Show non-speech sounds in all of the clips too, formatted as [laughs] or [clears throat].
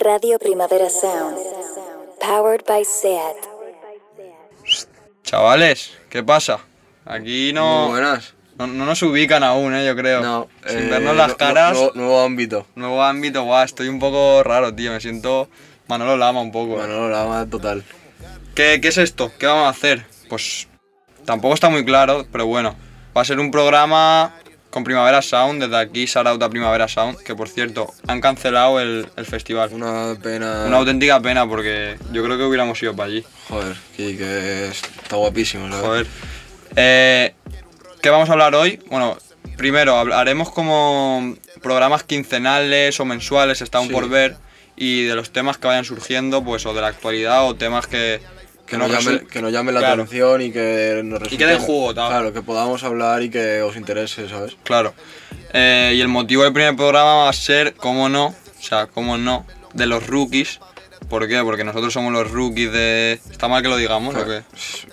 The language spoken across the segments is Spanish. Radio Primavera Sound. Powered by SEAT. Chavales, ¿qué pasa? Aquí no, Muy buenas. no, no nos ubican aún, eh, yo creo. No, Sin eh, vernos las nu- caras, nu- Nuevo, ámbito. nuevo ámbito, guau, estoy un poco raro, tío. Me siento Manolo Lama un poco. Bueno, no, la más total. ¿Qué, ¿Qué es esto? ¿Qué vamos a hacer? Pues tampoco está muy claro, pero bueno. Va a ser un programa con Primavera Sound, desde aquí, Sarauta Primavera Sound, que por cierto, han cancelado el, el festival. Una pena. Una auténtica pena porque yo creo que hubiéramos ido para allí. Joder, que, que está guapísimo, ¿sabes? Joder. Eh, ¿Qué vamos a hablar hoy? Bueno, primero hablaremos como programas quincenales o mensuales, está aún Sí. por ver, y de los temas que vayan surgiendo, pues o de la actualidad o temas que, Que nos, llame, resu- que nos llame la Claro, atención y que nos resulte. que dé jugo, tal. Claro, que podamos hablar y que os interese, ¿sabes? Claro. Eh, y el motivo del primer programa va a ser, cómo no, o sea, cómo no, de los rookies. ¿Por qué? Porque nosotros somos los rookies de... ¿Está mal que lo digamos o qué?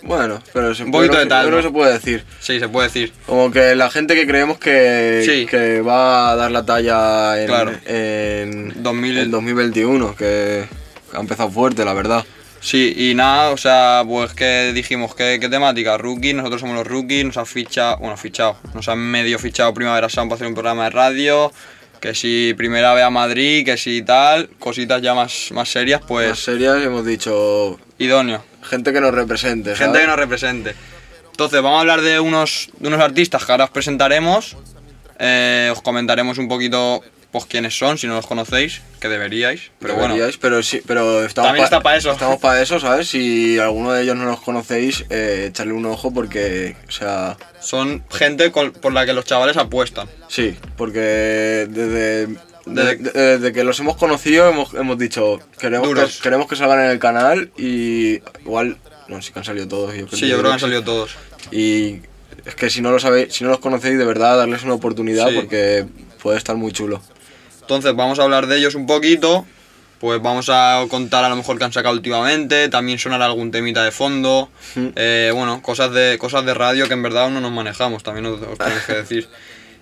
Bueno, pero se Un poquito creo de que- tal, creo que ¿no? se puede decir. Sí, se puede decir. Como que la gente que creemos que, Sí. que va a dar la talla en, Claro. en, 2000. en 2021, que ha empezado fuerte, la verdad. Sí, y nada, o sea, pues que dijimos, ¿qué, qué temática? Rookie, nosotros somos los rookies, nos han fichado, bueno, fichado, nos han medio fichado Primavera Sound para hacer un programa de radio, que si primera vez a Madrid, que si tal, cositas ya más, más serias, Las pues serias hemos dicho idóneo, gente que nos represente. ¿sabes? gente que nos represente. Entonces, vamos a hablar de unos, de unos artistas que ahora os presentaremos, eh, os comentaremos un poquito, pues quiénes son, si no los conocéis, que deberíais, pero bueno. Deberíais, pero sí, pero estamos También está pa' eso. Estamos para eso, ¿sabes? Si alguno de ellos no los conocéis, eh, echarle un ojo porque, o sea, Son gente con- por la que los chavales apuestan. sí, porque desde, Desde- de- de- desde que los hemos conocido hemos, hemos dicho queremos Duros. que, queremos que salgan en el canal y igual no, sí que han salido todos. Sí, yo creo que han salido todos. Y es que si no lo sabéis, si no los conocéis de verdad, darles una oportunidad Sí. porque puede estar muy chulo. Entonces vamos a hablar de ellos un poquito, pues vamos a contar a lo mejor que han sacado últimamente, también sonará algún temita de fondo, Ujú. eh, bueno, cosas de, cosas de radio que en verdad aún no nos manejamos, también os, os tenéis [laughs] que decir.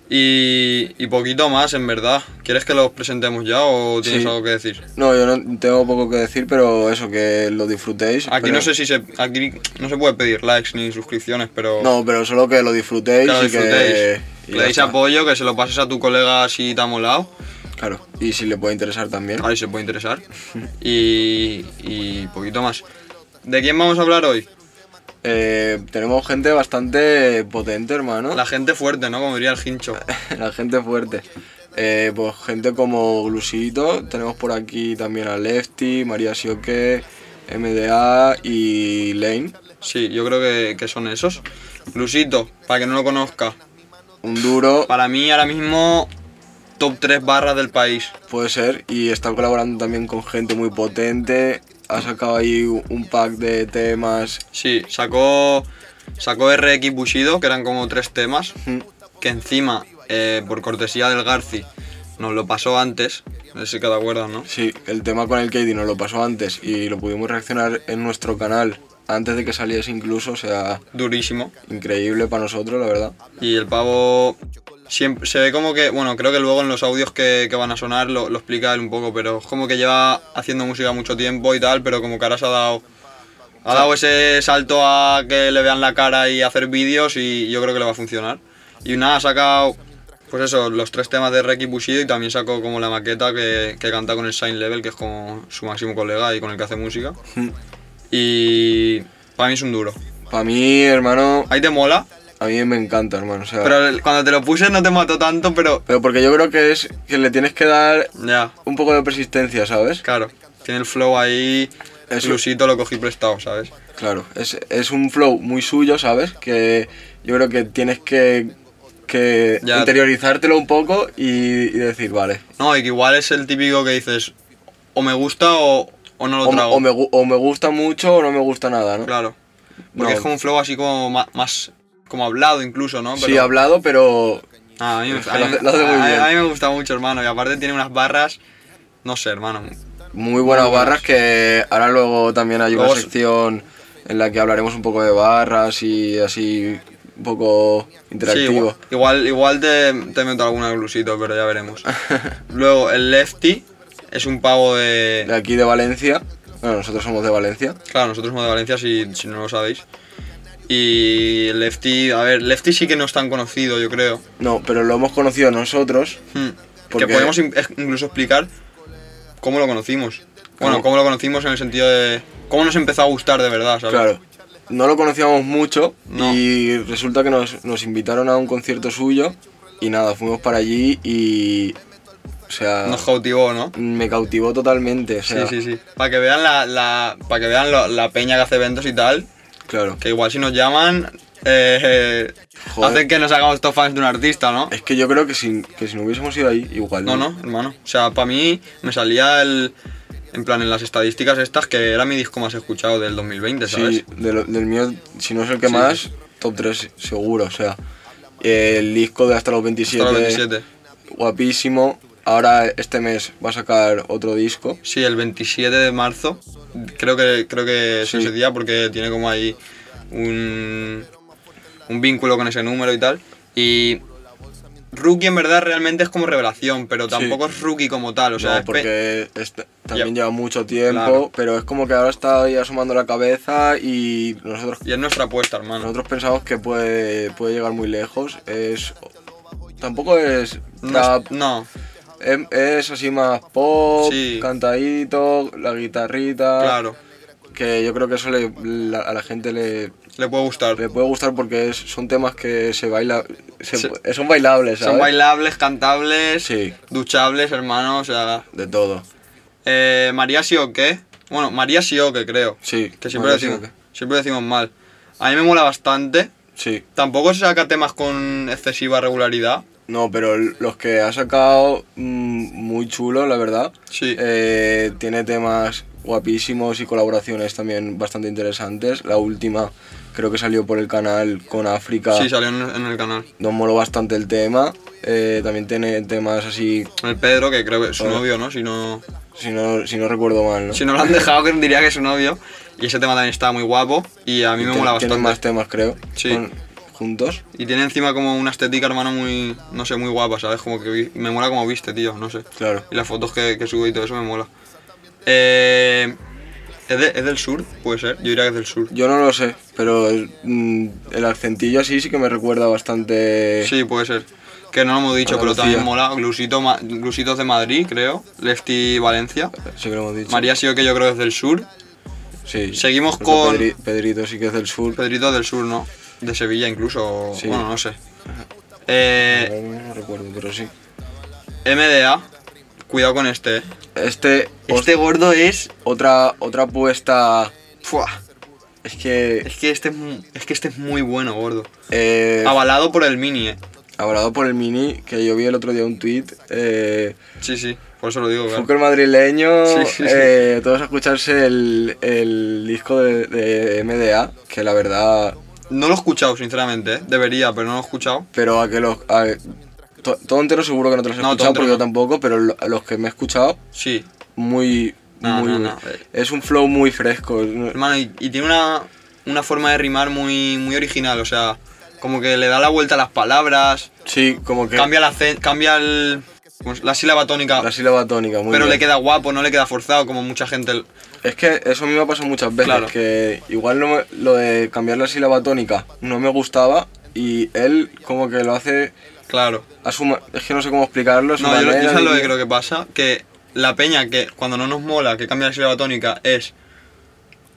Y, y poquito más, en verdad. ¿Quieres que los presentemos ya o tienes Sí. algo que decir? No, yo no tengo poco que decir, pero eso, que lo disfrutéis. Aquí pero- no sé si se, aquí no se puede pedir likes ni suscripciones, pero No, pero solo que lo que disfrutéis lo y que- disfrutéis. y Que le ya deis está. apoyo, que se lo pases a tu colega si te ha molado. Claro, y si le puede interesar también. Ahí se puede interesar. Y, y poquito más. ¿De quién vamos a hablar hoy? Eh, tenemos gente bastante potente, hermano. [laughs] La La, gente fuerte, ¿no? Como diría el hincho. gente fuerte. Eh, pues gente como Glusito, tenemos por aquí también a Lefty, María Sioque, MDA y Lane. Sí, yo creo que, que son esos. Lusito, para que no lo conozca. Un duro, Para mí ahora mismo top 3 barras del país. Puede ser, y está colaborando también con gente muy potente. Ha sacado ahí un pack de temas. Sí, sacó, sacó RX Bushido, que eran como tres temas. Que encima, eh, por cortesía del Garci, nos lo pasó antes. No sé si que te acuerdas, ¿no? Sí, el tema con el Katie nos lo pasó antes y lo pudimos reaccionar en nuestro canal antes de que saliese incluso, o sea, Durísimo. increíble para nosotros, la verdad. Y el pavo siempre, se ve como que, bueno, creo que luego en los audios que, que van a sonar lo, lo explica él un poco, pero es como que lleva haciendo música mucho tiempo y tal, pero como que ahora se ha dado, ha dado ese salto a que le vean la cara y hacer vídeos y yo creo que le va a funcionar. Y nada, ha sacado, pues eso, los tres temas de Reki Bushido y también sacó como la maqueta que, que canta con el Shine Level, que es como su máximo colega y con el que hace música. Y para mí es un duro. Para mí, hermano, Ahí te mola, a mí me encanta, hermano, o sea. Pero, pero el- cuando te lo puse no te mató tanto, pero porque yo creo que es que le tienes que dar Ya, un poco de persistencia, ¿sabes? claro. Tiene el flow ahí. El Eso. Lusito lo cogí prestado, ¿sabes? Claro, es, es un flow muy suyo, ¿sabes? Que yo creo que tienes que, que Ya. interiorizártelo un poco y, y decir, vale, No, y que igual es el típico que dices, o me gusta o, o no lo o, me- trago. o me, gu- o me gusta mucho o no me gusta nada, ¿no? Claro. Porque No. es como un flow así como ma- más, como hablado incluso, ¿no? sí, hablado, pero Ah, a mí, me- a mí- Lo hace- lo hace muy a- a bien. mí me gusta mucho, hermano. Y aparte tiene unas barras, no sé, hermano. muy buenas Muy buenas. barras que ahora luego también hay una Luego- sección en la que hablaremos un poco de barras y así un poco Sí, interactivo. igual, [laughs] igual, igual te, te meto alguna glusito, pero ya veremos. Luego el Lefty, es un pavo de... de aquí de Valencia. Bueno, nosotros somos de Valencia. Claro, nosotros somos de Valencia, si, si no lo sabéis. Y Lefty, a ver, Lefty sí que no es tan conocido, yo creo. No, pero lo hemos conocido nosotros. Hmm. ¿Por Que qué? podemos in- ex- incluso explicar cómo lo conocimos. Bueno, ¿Cómo? cómo lo conocimos en el sentido de... Cómo nos empezó a gustar de verdad, ¿sabes? Claro. No lo conocíamos mucho No. y resulta que nos, nos invitaron a un concierto suyo y nada, fuimos para allí y... O sea, Nos cautivó, ¿no? me cautivó totalmente. O Sí, sea, sí, sí. Para que vean la, la- para que vean lo- la peña que hace eventos y tal, Claro. que igual si nos llaman, eh, Joder. hacen que nos hagamos todos fans de un artista, ¿no? Es que yo creo que si, que si no hubiésemos ido ahí, igual. No, no, hermano. O sea, para mí me salía el, en plan, en las estadísticas estas, que era mi disco más escuchado del 2020, ¿sabes? Sí, de lo- del mío, si no es el que Sí, más, sí. top 3 seguro. O sea, el disco de Hasta los 27, Hasta los 27. guapísimo. Ahora este mes va a sacar otro disco. Sí, el 27 de marzo, creo que, creo que es Sí. ese día porque tiene como ahí un, un vínculo con ese número y tal. Y Rookie en verdad realmente es como revelación, pero tampoco es Rookie como tal. O sea, No, es pe- porque este- también Ya. lleva mucho tiempo, Claro. pero es como que ahora está ahí asomando la cabeza y nosotros, y es nuestra apuesta, hermano. nosotros pensamos que puede, puede llegar muy lejos. Es, tampoco es No, trap, es- no, em- es así más pop, Sí. cantadito, la guitarrita. claro, que yo creo que eso le- la- a la gente le, le puede gustar. le puede gustar porque es- son temas que se baila se- eh, Se- son bailables ¿sabes? Son bailables, cantables, Sí. duchables, hermano. O sea, de todo eh, María Sioque, bueno, María Sioque creo, sí que María siempre decimos, Sioque. siempre decimos mal. A mí me mola bastante. sí Tampoco se saca temas con excesiva regularidad. no pero l- los que ha sacado mm, muy chulo la verdad Sí. Eh, tiene temas guapísimos y colaboraciones también bastante interesantes la última creo que salió por el canal con África Sí, salió en, en el canal. nos moló bastante el tema Eh, también tiene temas así El Pedro, que creo que es su Hola. novio, ¿no? Si no, si no, si no recuerdo mal ¿no? si no lo han dejado, que diría que es su novio. Y ese tema también está muy guapo y a mí me Tien- mola tienen bastante. más temas, creo. Sí. con- juntos. Y tiene encima como una estética, hermano, muy, no sé, muy guapa, ¿sabes? Como que vi- me mola como viste, tío, no sé. Claro. Y las fotos que, que sube y todo eso me mola. Eh, ¿es, de- es del sur? Puede ser, yo diría que es del sur. Yo no lo sé, pero mm, el accentillo así sí que me recuerda bastante. Sí, puede ser. Que no lo hemos dicho, pero Andalucía. también mola. Glusito, Ma- Glusitos de Madrid, creo. Lefty Valencia. Sí que lo hemos dicho. María Sio, que yo creo es del sur. Sí. seguimos Porque con- Pedri- Pedrito sí que es del sur. Pedrito del sur, ¿no? De Sevilla incluso. Sí. Bueno, no sé. Eh, Ahora mismo no recuerdo, pero sí. MDA. Cuidado con este. eh. Este. Este gordo es... Otra, otra apuesta. Fua. Es que. Es que este es, mu- es que este es muy bueno, gordo. Eh, Avalado por el mini, eh. avalado por el mini, que yo vi el otro día un tweet. Eh, Sí, sí. Por eso lo digo, claro. Fútbol madrileño, Sí, sí, sí. eh, todos a escucharse el, el disco de, de MDA, que la verdad, No lo he escuchado, sinceramente. eh. Debería, pero no lo he escuchado. pero a que los... a- to- todo entero seguro que no te lo has No, todo escuchado, entero porque no. yo tampoco, pero lo- a los que me he escuchado, Sí. muy... No, muy no, no. eh. Es un flow muy fresco. no- Hermano, y, y tiene una, una forma de rimar muy, muy original. O sea, como que le da la vuelta a las palabras. Sí, como que Cambia la, acen- cambia el, ¿cómo es? la sílaba tónica. la sílaba tónica, muy pero bien. le queda guapo, no le queda forzado como mucha gente. l- Es que eso a mí me ha pasado muchas veces, Claro. que igual no me- lo de cambiar la sílaba tónica no me gustaba y él como que lo hace... Claro. a su ma- es que no sé cómo explicarlo. a su No, yo, manera yo de- sabes lo que creo que pasa, que la peña que cuando no nos mola que cambia la sílaba tónica es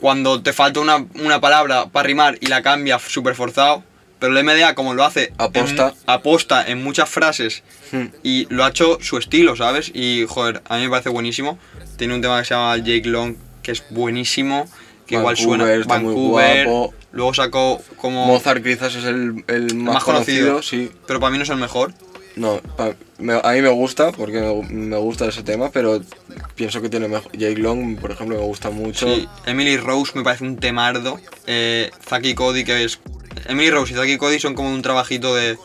cuando te falta una, una palabra para rimar y la cambia súper forzado. Pero el MDA como lo hace en- Aposta. aposta en muchas frases Hmm. Y lo ha hecho su estilo, ¿sabes? Y, joder, a mí me parece buenísimo. Tiene un tema que se llama Jake Long, que es buenísimo. Que igual Vancouver, suena está muy Vancouver. guapo. Luego sacó como... Mozart quizás es el, el el más, conocido. sí. Pero para mí no es el mejor. No, pa- me- a mí me gusta, porque me, me gusta ese tema, pero pienso que tiene mejor. Jake Long, por ejemplo, me gusta mucho. Sí. Emily Rose me parece un temardo. Eh, Zaki Cody, que es... Emily Rose y Zaki Cody son como un trabajito de,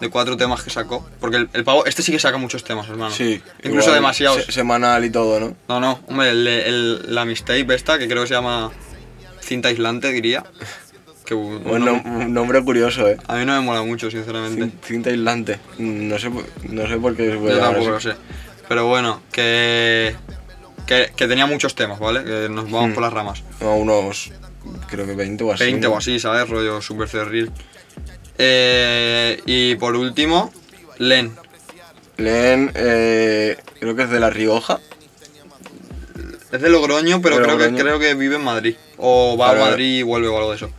de cuatro temas que sacó. Porque el, el pavo... Este sí que saca muchos temas, hermano. Sí, Incluso igual, demasiados. se- semanal y todo, ¿no? No, no, hombre, el- el- la mixtape esta, que creo que se llama Cinta Aislante, diría. Que, un- Buen no- nom- un nombre curioso, ¿eh? a mí no me mola mucho, sinceramente. Cin- Cinta aislante. Mm, No sé, por- no sé por qué se puede Yo llamar tampoco lo así. sé. Pero bueno, que, que, que tenía muchos temas, ¿vale? Que nos vamos Hmm. por las ramas. No, unos, creo que 20 o así. 20 ¿no? o así, ¿sabes? Rollo super cerril. Eh, y por último, Len. Leen, eh, creo que es de La Rioja. Es de Logroño, pero De creo, Que, Logroño. creo que vive en Madrid. O va Vale, a vale. Madrid y vuelve o algo de eso.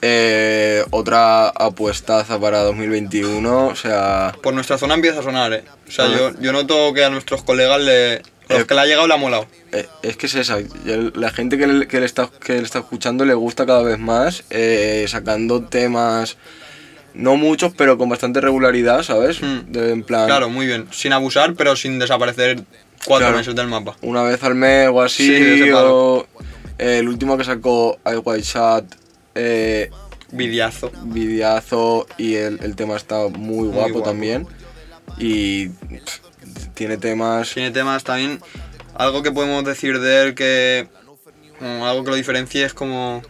Eh, otra apuestaza para 2021, o sea, Por Pues nuestra zona empieza a sonar, ¿eh? O sea, Ah. yo, yo noto que a nuestros colegas le, los Eh. que le ha llegado le ha molado. eh, es que es esa. y el- La gente que le, que le está, que le está escuchando le gusta cada vez más, eh, sacando temas, no muchos, pero con bastante regularidad, ¿sabes? Mm. De- en plan, Claro, muy bien. Sin abusar, pero sin desaparecer cuatro Claro. meses del mapa. una vez al mes o así. Sí, de ese palo. o- eh, el último que sacó I White Chat, eh, Vidiazo. videazo y el, el tema está muy guapo, guapo. también. Y pff, tiene temas. Tiene temas también. Algo que podemos decir de él que. como algo que lo diferencie es como.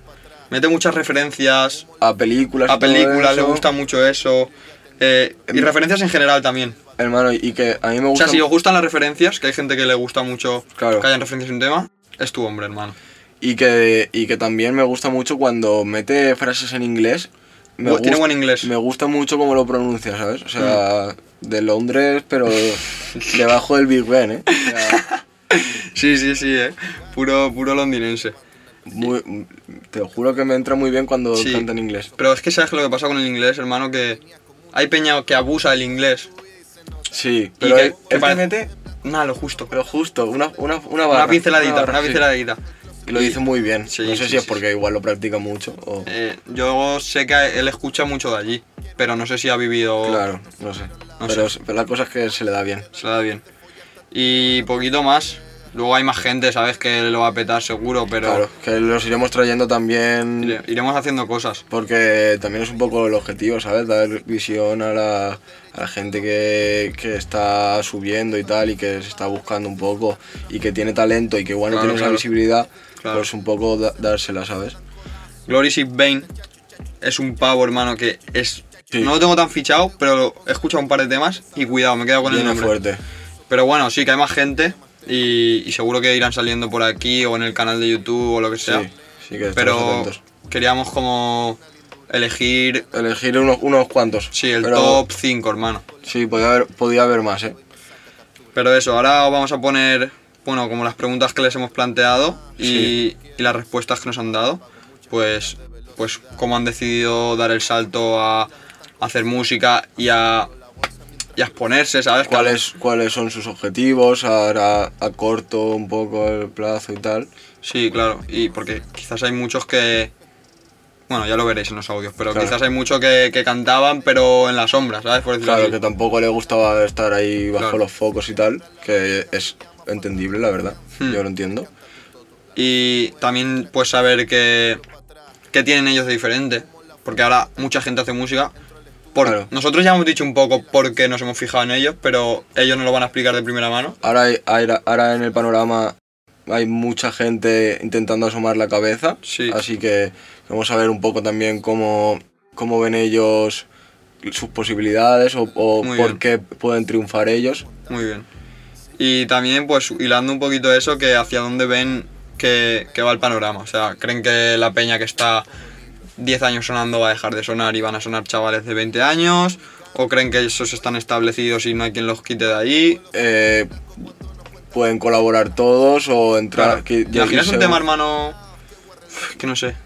Mete muchas referencias A películas. a y todo películas, le eso. gusta mucho eso. eh, y referencias en general también. Hermano, y que a mí me O gusta. sea, si os gustan las referencias, que hay gente que le gusta mucho Claro. que hayan referencias en un tema, es tu hombre, hermano. y, que, y que también me gusta mucho cuando mete frases en inglés. Me Bu- tiene gust- buen inglés. Mm. Me gusta mucho cómo lo pronuncia, ¿sabes? O sea, de Londres, pero [laughs] debajo del Big Ben, ¿eh? O sea, [laughs] Sí, sí, sí, eh. Puro, puro londinense. muy- te juro que me entra muy bien cuando Sí. canta en inglés. Pero es que sabes lo que pasa con el inglés, hermano, que hay peña que abusa del inglés. Sí, pero que- él- que él te pare- mete, Nada, lo justo. pero justo, una, una, una barra, Una pinceladita, barra, una sí. pinceladita. Y lo dice muy bien. Sí, no sé sí, si es sí, porque igual lo practica mucho o... Eh, yo sé que él escucha mucho de allí, pero no sé si ha vivido. Claro, no sé. No pero, pero la cosa es que se le da bien. Se le da bien. Y poquito más. Luego hay más gente, sabes que lo va a petar seguro, pero Claro, que los iremos trayendo también... ire- iremos haciendo cosas. Porque también es un poco el objetivo, ¿sabes? Dar visión a la, a la gente que, que está subiendo y tal, y que se está buscando un poco, y que tiene talento y que igual no Claro, tiene claro. esa visibilidad, Claro. pues un poco da- dársela, ¿sabes? Glory Sip Bane es un pavo, hermano, que es. Sí. No lo tengo tan fichado, pero he escuchado un par de temas y cuidado, me he quedado con el Viene nombre. fuerte. Pero bueno, sí que hay más gente y, y seguro que irán saliendo por aquí o en el canal de YouTube o lo que sea. Sí, sí que estamos pero atentos. queríamos como elegir, Elegir unos, unos cuantos. sí, el pero- top 5, hermano. Sí, podía haber, podía haber más, ¿eh? Pero eso, ahora os vamos a poner, bueno, como las preguntas que les hemos planteado y, Sí. y las respuestas que nos han dado, pues, pues cómo han decidido dar el salto a, a hacer música y a, y a exponerse, ¿sabes? ¿Cuáles, cuáles son sus objetivos ahora a corto un poco el plazo y tal. Sí, claro, y porque quizás hay muchos que... Bueno, ya lo veréis en los audios, pero Claro. quizás hay muchos que, que cantaban, pero en la sombra, ¿sabes? Por decirlo Claro, así. que tampoco le gustaba estar ahí bajo Claro. los focos y tal, que es entendible, la verdad. Hmm. Yo lo entiendo. Y también pues saber qué, qué tienen ellos de diferente. Porque ahora mucha gente hace música. Por, Claro. Nosotros ya hemos dicho un poco por qué nos hemos fijado en ellos, pero ellos nos lo van a explicar de primera mano. Ahora, hay- hay- ahora en el panorama hay mucha gente intentando asomar la cabeza, Sí. así que vamos a ver un poco también cómo, cómo ven ellos sus posibilidades o, o Muy por bien. qué pueden triunfar ellos. Muy bien. Y también pues hilando un poquito eso, que hacia dónde ven que, que va el panorama. O sea, creen que la peña que está 10 años sonando va a dejar de sonar y van a sonar chavales de 20 años. O creen que esos están establecidos y no hay quien los quite de ahí. Eh, pueden colaborar todos o entrar. Claro. que- ¿Te imaginas irse un tema, hermano? Uf, Que no sé.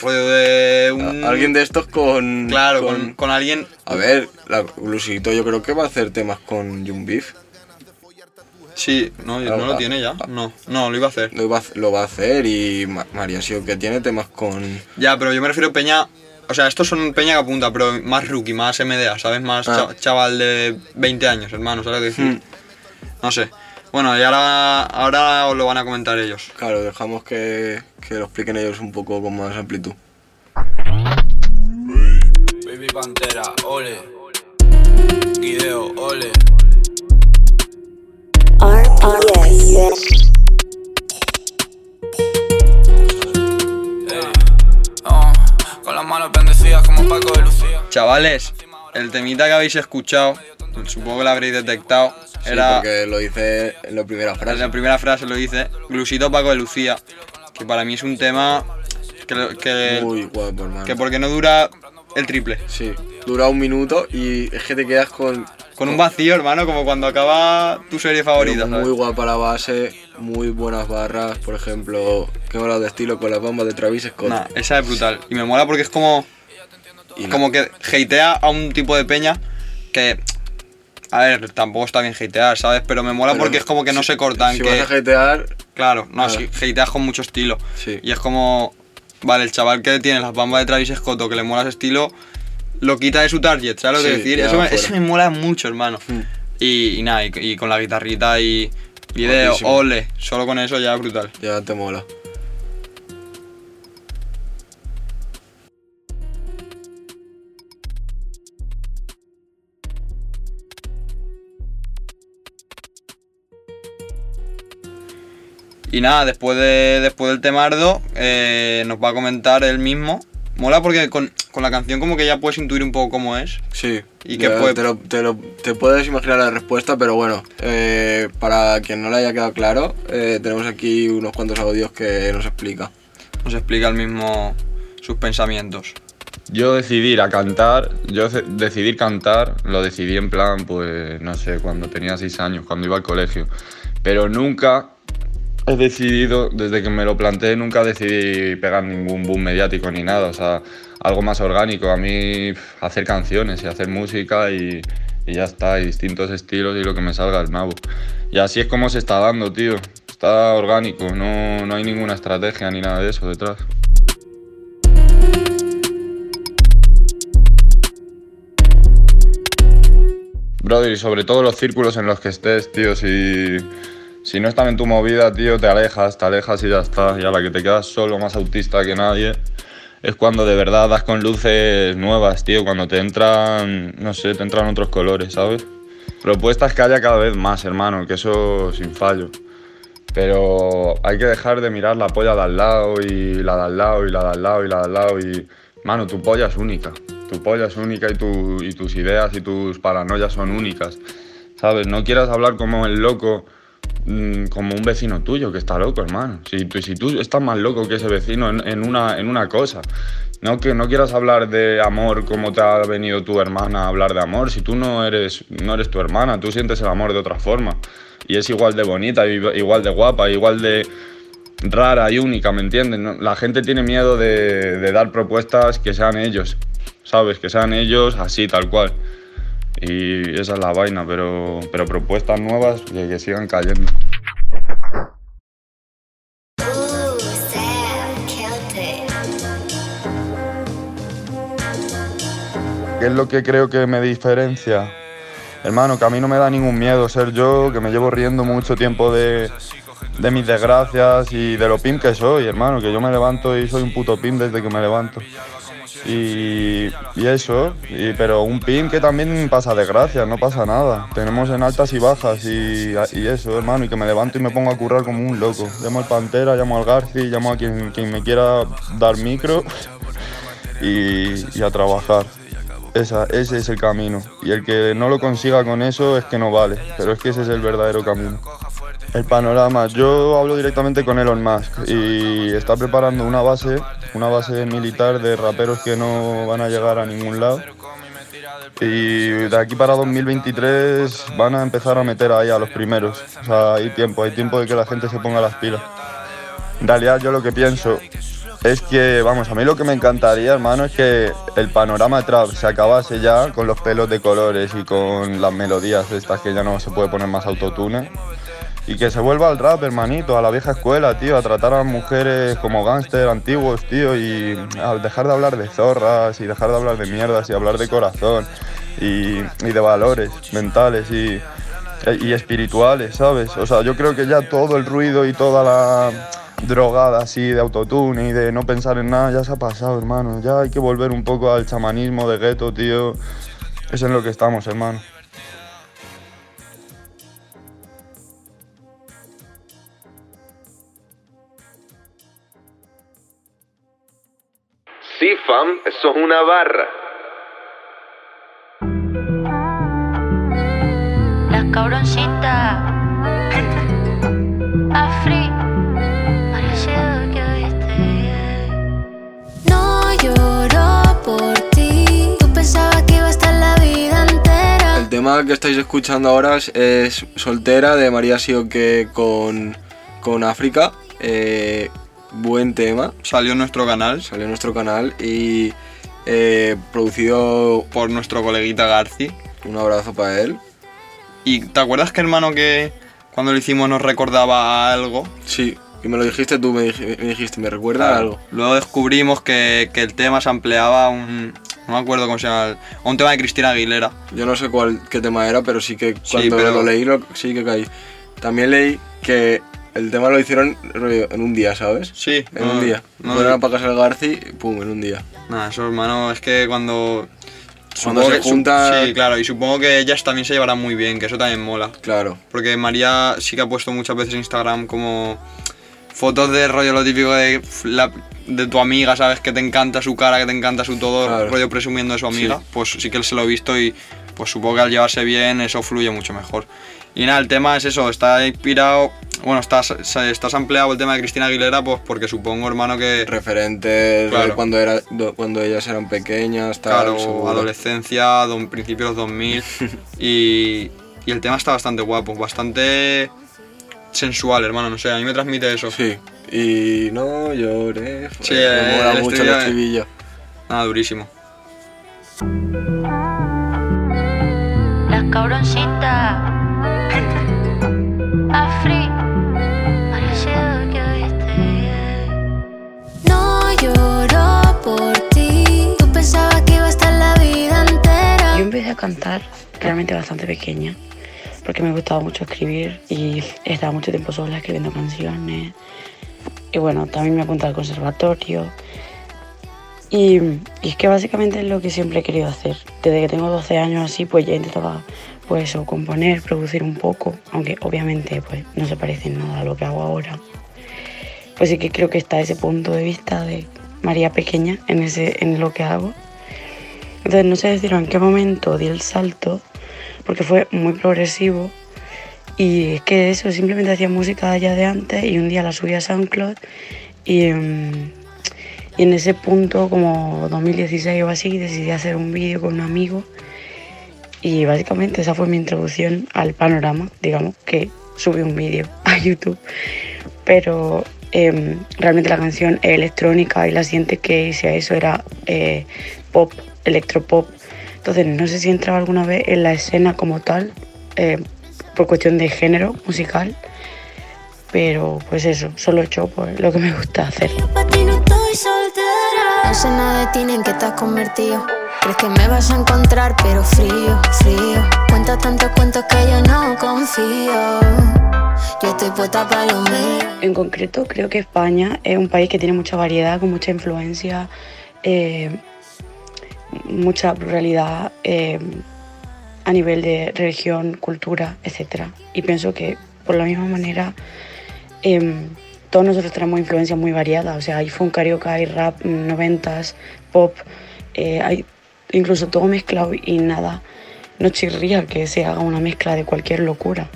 Rollo de un. a- Alguien de estos con. Claro, con, con alguien. A ver, la, Luisito yo creo que va a hacer temas con Young Beef. Sí, no, no lo ah, tiene ya. No, no, lo iba a hacer. Lo va, a hac- lo va a hacer y Ma- María Sio que tiene temas con. Ya, pero yo me refiero a Peña. O sea, estos son Peña que apunta, pero más rookie, más MDA, ¿sabes? Más Ah. Hmm. cha- chaval de 20 años, hermano, ¿sabes? lo que decir? No sé. Bueno, y ahora, ahora os lo van a comentar ellos. Claro, dejamos que, que lo expliquen ellos un poco con más amplitud. Baby Pantera, ole. Guideo, ole. RPS. Ey. Oh, con las manos bendecidas como Paco de Lucía. Chavales, el temita que habéis escuchado, supongo que lo habréis detectado, Sí, Era- porque lo dice en la primera Tras frase. la primera frase lo dice, Glusito Paco de Lucía, que para mí es un tema que, que, Muy guapo, hermano. que porque no dura el triple. Sí, dura un minuto y es que te quedas con Con un vacío, hermano, como cuando acaba tu serie favorita, Pero ¿sabes? Muy guapa la base, muy buenas barras, por ejemplo, que mola de estilo con las bombas de Travis Scott. Nah, esa es brutal. Y me mola porque es como, Y como que hatea a un tipo de peña que... A ver, tampoco está bien hatear, ¿sabes? Pero me mola Pero porque es como que no si- se cortan. Si que, vas a jetear, Claro, no, Nada. sí, hateas con mucho estilo. Sí. Y es como, vale, el chaval que tiene las bambas de Travis Scott o que le mola ese estilo, lo quita de su target, ¿sabes lo que Sí, decir? ya Eso me, fuera. eso me mola mucho, hermano. Mm. Y, y nada, y, y con la guitarrita y video, Guapísimo. ole, solo con eso ya es brutal. ya te mola. Y nada, después, de, después del temardo, eh, nos va a comentar él mismo. Mola porque con, con la canción como que ya puedes intuir un poco cómo es. Sí. Y ya que puede- te, lo- te lo- te puedes imaginar la respuesta, pero bueno, eh, para quien no le haya quedado claro, eh, tenemos aquí unos cuantos audios que nos explica. Nos explica el mismo sus pensamientos. Yo decidir a cantar, yo ce- decidir cantar, lo decidí en plan, pues no sé, cuando tenía seis años, cuando iba al colegio. Pero nunca he decidido, desde que me lo planteé, nunca decidí pegar ningún boom mediático ni nada. O sea, algo más orgánico. A mí pf, hacer canciones y hacer música y, y ya está, y distintos estilos y lo que me salga el nabo. Y así es como se está dando, tío. Está orgánico, no, no hay ninguna estrategia ni nada de eso detrás. Brother, y sobre todo los círculos en los que estés, tío, si, si no están en tu movida, tío, te alejas, te alejas y ya está. Y a la que te quedas solo, más autista que nadie, es cuando de verdad das con luces nuevas, tío, cuando te entran, no sé, te entran otros colores, ¿sabes? Propuestas que haya cada vez más, hermano, que eso sin fallo. Pero hay que dejar de mirar la polla de al lado y la de al lado y la de al lado y la de al lado y... Mano, tu polla es única. Tu polla es única y, tu- y tus ideas y tus paranoias son únicas. ¿Sabes? No quieras hablar como el loco, mm, como un vecino tuyo que está loco, hermano. Si tú, si tú estás más loco que ese vecino en, en una, en una cosa. No, que no quieras hablar de amor como te ha venido tu hermana a hablar de amor. Si tú no eres, no eres tu hermana, tú sientes el amor de otra forma. Y es igual de bonita, igual de guapa, igual de rara y única, ¿me entiendes? No- La gente tiene miedo de, de dar propuestas que sean ellos, ¿sabes? Que sean ellos así, tal cual. Y esa es la vaina, pero, pero propuestas nuevas que, que sigan cayendo. ¿Qué es lo que creo que me diferencia? Hermano, que a mí no me da ningún miedo ser yo, que me llevo riendo mucho tiempo de, de mis desgracias y de lo pim que soy, hermano, que yo me levanto y soy un puto pim desde que me levanto. Y, y eso, y- pero un pim que también pasa desgracias, no pasa nada. Tenemos en altas y bajas y, y eso, hermano, y que me levanto y me pongo a currar como un loco. Llamo al Pantera, llamo al Garci, llamo a quien, quien me quiera dar micro [laughs] y, y a trabajar. Esa, ese es el camino. Y el que no lo consiga con eso es que no vale. Pero es que ese es el verdadero camino. El panorama. Yo hablo directamente con Elon Musk y está preparando una base, una base militar de raperos que no van a llegar a ningún lado. Y de aquí para 2023 van a empezar a meter ahí a los primeros. O sea, hay tiempo, hay tiempo de que la gente se ponga las pilas. En realidad yo lo que pienso es que, vamos, a mí lo que me encantaría, hermano, es que el panorama trap se acabase ya con los pelos de colores y con las melodías estas que ya no se puede poner más autotune. Y que se vuelva al rap, hermanito, a la vieja escuela, tío, a tratar a mujeres como gángster antiguos, tío, y a dejar de hablar de zorras y dejar de hablar de mierdas y hablar de corazón y, y de valores mentales y, y espirituales, ¿sabes? O sea, yo creo que ya todo el ruido y toda la drogada así de autotune y de no pensar en nada ya se ha pasado, hermano. Ya hay que volver un poco al chamanismo de gueto, tío. Es en lo que estamos, hermano. Sí, fam, eso es una barra. Las cabroncitas cosita. Afri, parecido que viste. No lloro por ti. Tú pensabas que iba a estar la vida entera. El tema que estáis escuchando ahora es, es Soltera de María Sioque con, con África. Eh, buen tema. Salió en nuestro canal Salió en nuestro canal y eh, producido por nuestro coleguita Garci. un abrazo para él. ¿Y te acuerdas que hermano que cuando lo hicimos nos recordaba algo? Sí, y me lo dijiste tú, me, dij- me dijiste, me recuerda a algo. Luego descubrimos que, que el tema se ampliaba a un. No me acuerdo cómo se llama. el- A un tema de Cristina Aguilera. Yo no sé cuál qué tema era, pero sí que Sí, cuando pero- lo leí lo- sí que caí. También leí que el tema lo hicieron rollo, en un día, ¿sabes? Sí, En no, un día. no Fueron lo- a pagar el Garci, pum, en un día. Nada, eso hermano, es que cuando. Cuando supongo se que- su- junta- Sí, claro, y supongo que ellas también se llevarán muy bien, que eso también mola. Claro. Porque María sí que ha puesto muchas veces en Instagram como fotos de rollo lo típico de, f- la- de tu amiga, ¿sabes? Que te encanta su cara, que te encanta su todo, Claro. rollo presumiendo de su amiga. Sí. Pues sí que él se lo ha visto y pues supongo que al llevarse bien eso fluye mucho mejor. Y nada, el tema es eso, está inspirado, bueno, está, se- está sampleado el tema de Cristina Aguilera, pues porque supongo, hermano, que... Referentes Claro. de cuando, era, do- cuando ellas eran pequeñas, tal. Claro, seguro. adolescencia, don, principios 2000 [laughs] y, y el tema está bastante guapo, bastante sensual, hermano, no sé, a mí me transmite eso. Sí. Y no lloré. Sí, me eh, mola el mucho el estribillo, estribillo. eh. Nada, durísimo. Este La cabroncita. Afri, parecido que viste. No lloro por ti. Tú pensabas que iba a estar la vida entera. Yo empecé a cantar realmente bastante pequeña, porque me gustaba mucho escribir y estaba mucho tiempo sola escribiendo canciones. Y bueno, también me apunté al conservatorio. Y, y es que básicamente es lo que siempre he querido hacer. Desde que tengo 12 años así, pues ya intentaba pues eso, componer, producir un poco, aunque obviamente pues no se parece en nada a lo que hago ahora. Pues sí que creo que está ese punto de vista de María pequeña en, ese, en lo que hago. Entonces no sé deciros en qué momento di el salto, porque fue muy progresivo. Y es que eso, simplemente hacía música ya de antes y un día la subí a SoundCloud y, mm, y en ese punto, como 2016 o así, decidí hacer un vídeo con un amigo y básicamente esa fue mi introducción al panorama, digamos, que subí un vídeo [laughs] a YouTube. Pero em, realmente la canción es electrónica y la siguiente que hice a eso era eh, pop, electropop. Entonces no sé si he entrado alguna vez en la escena como tal, eh, por cuestión de género musical. Pero pues eso, solo he hecho pues, lo que me gusta hacer. Yo pa' ti no estoy soltera. No sé nada de ti ni en qué te has convertido. Crees que me vas a encontrar, pero frío, frío. Cuenta tantos cuentos que yo no confío. Yo estoy puesta para lo mío. En concreto, creo que España es un país que tiene mucha variedad, con mucha influencia, eh, mucha pluralidad eh, a nivel de religión, cultura, etc. Y pienso que por la misma manera em, todos nosotros tenemos influencia muy variada. O sea, hay funk carioca, hay rap, mm, noventas, pop, eh, hay incluso todo mezclado y nada. No chirría que se haga una mezcla de cualquier locura.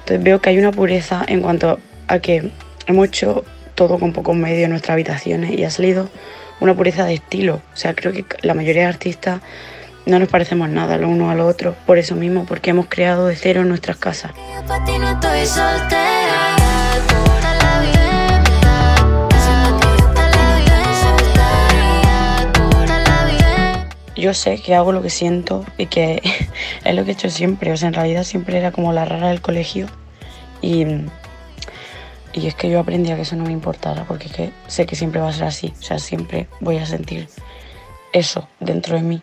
Entonces veo que hay una pureza en cuanto a que hemos hecho todo con pocos medios en nuestras habitaciones y ha salido una pureza de estilo. O sea, creo que la mayoría de artistas no nos parecemos nada lo uno al otro por eso mismo, porque hemos creado de cero en nuestras casas. Yo pa' ti no estoy soltera. Por la vida. Por la vida. Por la vida. yo sé que hago lo que siento y que [laughs] es lo que he hecho siempre. O sea, en realidad siempre era como la rara del colegio. Y, y es que yo aprendí a que eso no me importara, porque es que sé que siempre va a ser así. O sea, siempre voy a sentir eso dentro de mí.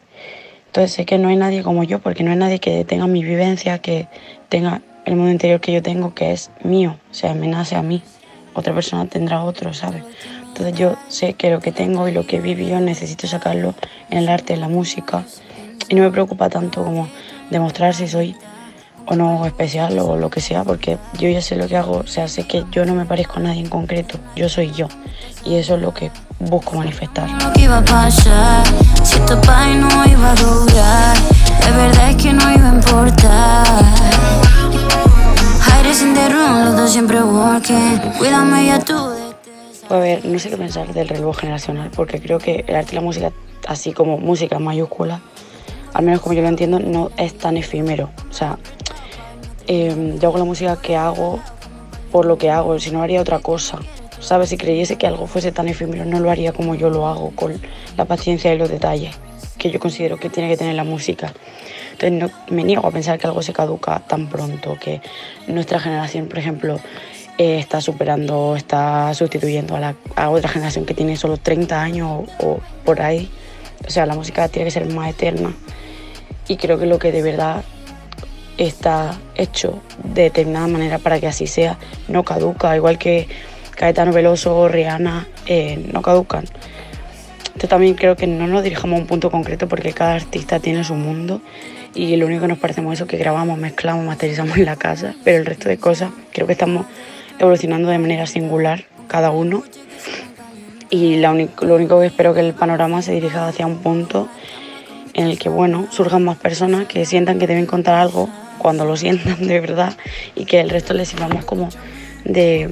Entonces sé que no hay nadie como yo, porque no hay nadie que tenga mi vivencia, que tenga el mundo interior que yo tengo, que es mío. O sea, me nace a mí. Otra persona tendrá otro, ¿sabes? Entonces yo sé que lo que tengo y lo que he vivido necesito sacarlo en el arte, en la música. Y no me preocupa tanto como demostrar si soy o no especial o lo que sea, porque yo ya sé lo que hago, o sea, sé que yo no me parezco a nadie en concreto, yo soy yo. Y eso es lo que busco manifestar. lo que iba a pasar Si esto pa' ahí no iba a durar De verdad es que no iba a importar sin derrumbe, los dos siempre walking. Cuídame ya tú de A ver, no sé qué pensar del relevo generacional, porque creo que el arte y la música, así como música en mayúscula, al menos como yo lo entiendo, no es tan efímero. O sea, em, yo hago la música que hago por lo que hago, si no haría otra cosa. ¿Sabes? Si creyese que algo fuese tan efímero, no lo haría como yo lo hago, con la paciencia y los detalles que yo considero que tiene que tener la música. Entonces no, me niego a pensar que algo se caduca tan pronto, que nuestra generación, por ejemplo, eh, está superando, está sustituyendo a, la, a otra generación que tiene solo 30 años o, o por ahí. O sea, la música tiene que ser más eterna y creo que lo que de verdad está hecho de determinada manera para que así sea, no caduca, igual que Caetano Veloso o Rihanna eh, no caducan. Yo también creo que no nos dirijamos a un punto concreto porque cada artista tiene su mundo y lo único que nos parecemos es eso que grabamos, mezclamos, masterizamos en la casa, pero el resto de cosas creo que estamos evolucionando de manera singular cada uno y la uni- lo único que espero que el panorama se dirija hacia un punto en el que bueno, surjan más personas que sientan que deben contar algo cuando lo sientan de verdad y que el resto les sirvamos como de,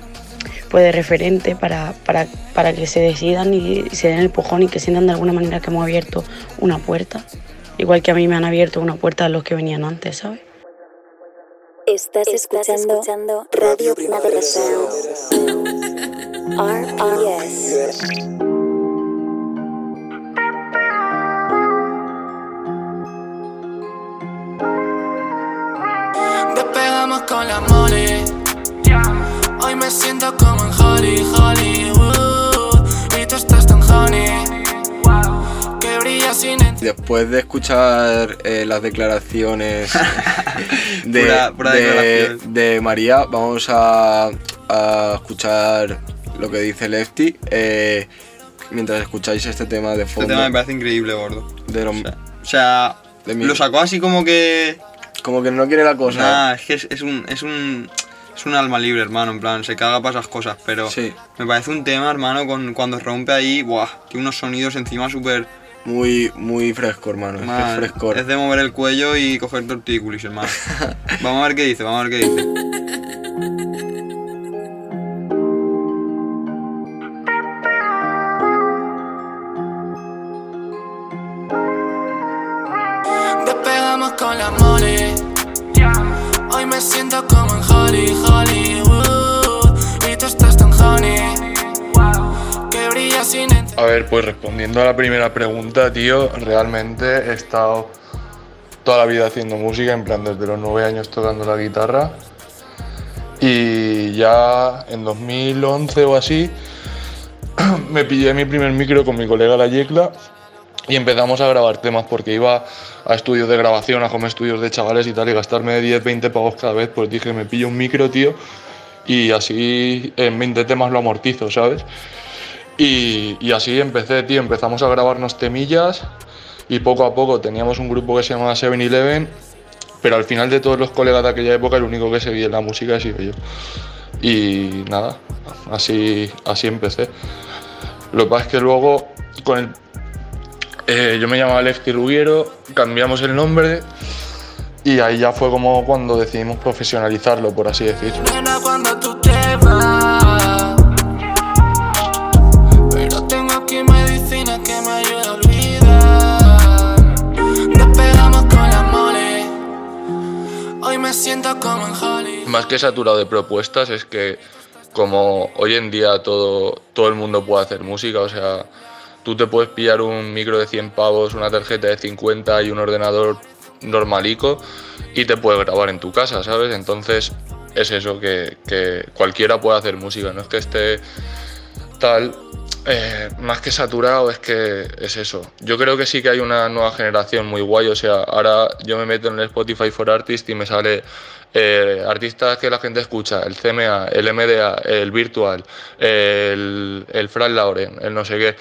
pues, de referente para, para, para que se decidan y se den el pujón y que sientan de alguna manera que hemos abierto una puerta, igual que a mí me han abierto una puerta a los que venían antes, ¿sabes? Estás, escuchando, Radio Primavera Sound. RPS. Despegamos con la money. Hoy me siento como en Holly, Hollywood. Y tú estás tan honey. Que brillas sin entender. Después de escuchar eh, las [laughs] declaraciones de, Pura- pura de- declaración. de María, vamos a, a escuchar lo que dice Lefty. eh, mientras escucháis este tema de Este fondo, tema me parece increíble, gordo. de lo- O sea, De mí. lo sacó así como que. como que no quiere la cosa. Nah, es que es, es un. Es un. Es un alma libre, hermano, en plan, se caga para esas cosas, pero Sí. me parece un tema, hermano, con, cuando rompe ahí, buah, tiene unos sonidos encima súper... Muy, muy fresco, hermano. es que man, Es frescor. Es de mover el cuello y coger tortícolis, hermano. [laughs] vamos a ver qué dice, vamos a ver qué dice. Despegamos con la money. Hoy me siento como en Holly, Hollywood. Y tú estás tan honey. Que brillas sin entender. A ver, pues respondiendo a la primera pregunta, tío, realmente he estado toda la vida haciendo música, en plan desde los nueve años tocando la guitarra. Y ya en 2011 o así, [clears throat] me pillé mi primer micro con mi colega La Yecla y empezamos a grabar temas porque iba a estudios de grabación, a home estudios de chavales y tal, y gastarme 10, 20 pavos cada vez, pues dije, me pillo un micro, tío, y así en 20 temas lo amortizo, ¿sabes? Y, y así empecé, tío. Empezamos a grabarnos temillas y poco a poco teníamos un grupo que se llamaba 7-Eleven, pero al final de todos los colegas de aquella época, el único que seguía en la música he sido yo. Y nada, así, así empecé. Lo que pasa es que luego, con el, eh, yo me llamaba Lefty Ruguero, cambiamos el nombre y ahí ya fue como cuando decidimos profesionalizarlo, por así decirlo. Nena, cuando tú te vas. Pero tengo aquí medicina que me ayuda a olvidar. Despegamos con la money. Hoy me siento como en Holly. más que saturado de propuestas es que como hoy en día todo, todo el mundo puede hacer música, o sea, tú te puedes pillar un micro de 100 pavos, una tarjeta de 50 y un ordenador normalico y te puedes grabar en tu casa, ¿sabes? Entonces es eso, que, que cualquiera puede hacer música, no es que esté tal, eh, más que saturado es que es eso. Yo creo que sí que hay una nueva generación muy guay, o sea, ahora yo me meto en el Spotify for Artists y me sale eh, artistas que la gente escucha, el CMA, el MDA, el Virtual, el, el Fran Lauren, el no sé qué.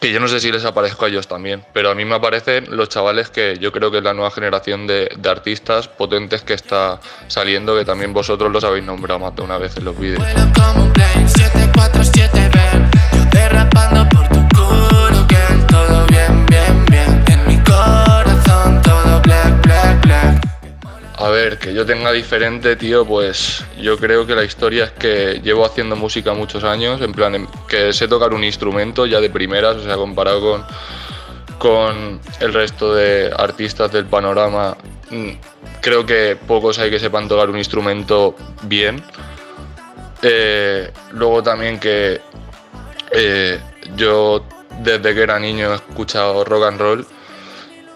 Que yo no sé si les aparezco a ellos también, pero a mí me aparecen los chavales que yo creo que es la nueva generación de, de artistas potentes que está saliendo, que también vosotros los habéis nombrado más de una vez en los vídeos. Vuelo como un plane, 747 ven. Yo derrapando por tu culo, que todo bien, bien, bien. En mi corazón todo black, black, black. A ver, que yo tenga diferente, tío, pues yo creo que la historia es que llevo haciendo música muchos años, en plan em- que sé tocar un instrumento ya de primeras, o sea, comparado con, con el resto de artistas del panorama, mm, creo que pocos hay que sepan tocar un instrumento bien. Eh, luego también que eh, yo desde que era niño he escuchado rock and roll.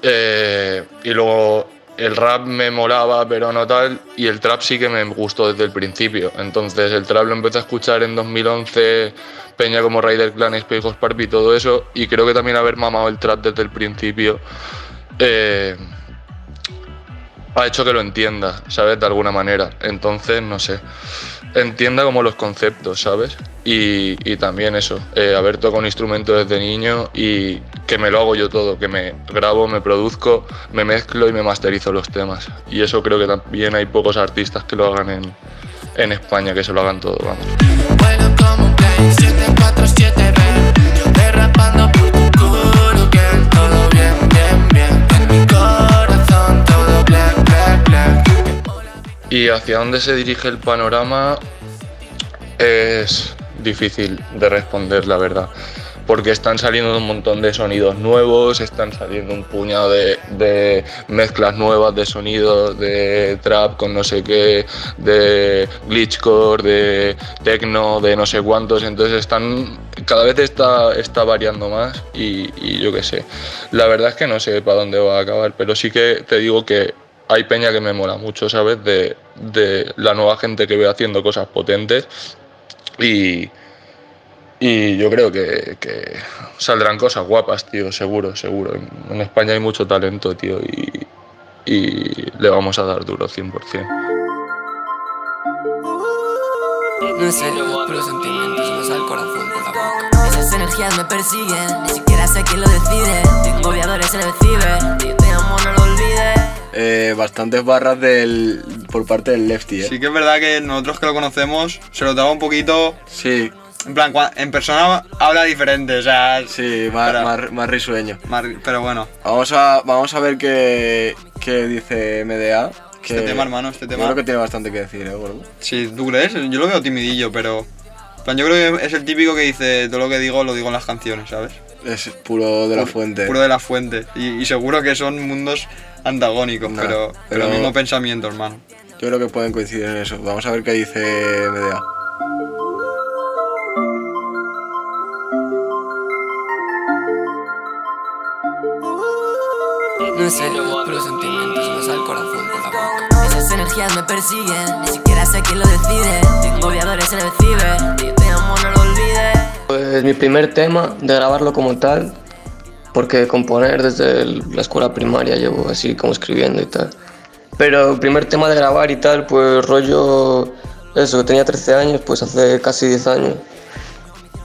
Eh, y luego el rap me molaba, pero no tal. Y el trap sí que me gustó desde el principio. Entonces el trap lo empecé a escuchar en 2011, Peña como Raider Clan, Espejos Parp y todo eso. Y creo que también haber mamado el trap desde el principio eh, ha hecho que lo entienda, ¿sabes? De alguna manera. Entonces, no sé. Entienda como los conceptos, ¿sabes? Y, y también eso, eh, haber tocado un instrumento desde niño y que me lo hago yo todo, que me grabo, me produzco, me mezclo y me masterizo los temas. Y eso creo que también hay pocos artistas que lo hagan en, en España, que se lo hagan todo, vamos. Derrapando por tu culo, que todo bien, bien, bien. En mi corazón todo black, black, black. ¿Y hacia dónde se dirige el panorama? Es difícil de responder, la verdad. Porque están saliendo un montón de sonidos nuevos, están saliendo un puñado de, de mezclas nuevas de sonidos, de trap con no sé qué, de glitchcore, de techno, de no sé cuántos. Entonces están. Cada vez está, está variando más y, y yo qué sé. La verdad es que no sé para dónde va a acabar, pero sí que te digo que hay peña que me mola mucho, ¿sabes? De, de la nueva gente que veo haciendo cosas potentes. Y, y yo creo que, que saldrán cosas guapas, tío, seguro, seguro. En, en España hay mucho talento, tío, y, y le vamos a dar duro 100%. No sé, los sentimientos me salen al corazón por la boca. Esas energías me persiguen, ni siquiera sé quién lo decide. Tengo viadores en el ciber, te amo, no lo olvides. Eh, bastantes barras del, por parte del Lefty, ¿eh? Sí que es verdad que nosotros que lo conocemos se lo daba un poquito. Sí. En plan, cua- en persona habla diferente, o sea. Sí, más, más, más risueño. pero bueno. Vamos a, vamos a ver qué, qué dice MDA. Que Este tema, hermano, este tema. Yo creo que tiene bastante que decir, ¿eh, gordo? Si tú crees, yo lo veo timidillo, pero. en plan, yo creo que es el típico que dice todo lo que digo lo digo en las canciones, ¿sabes? Es puro de la Puro- fuente. Puro de la fuente. Y, y seguro que son mundos antagónicos, Nah, pero, pero el pero- mismo pensamiento, hermano. Yo creo que pueden coincidir en eso. Vamos a ver qué dice MDA. No sé, los sentimientos me salen al corazón por la boca. Esas energías me persiguen, ni siquiera sé quién lo decide. Tengo viadores en el ciber, te amo, no lo olvides. Pues mi primer tema, de grabarlo como tal, porque componer desde el- la escuela primaria llevo así como escribiendo y tal. Pero el primer tema de grabar y tal, pues rollo, eso, que tenía 13 años, pues hace casi 10 años.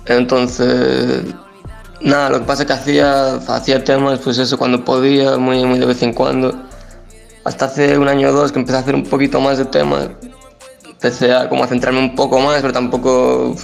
Entonces, nada, lo que pasa es que hacía, hacía temas, pues eso, cuando podía, muy, muy de vez en cuando. Hasta hace un año o dos que empecé a hacer un poquito más de temas. Empecé a, como a centrarme un poco más, pero tampoco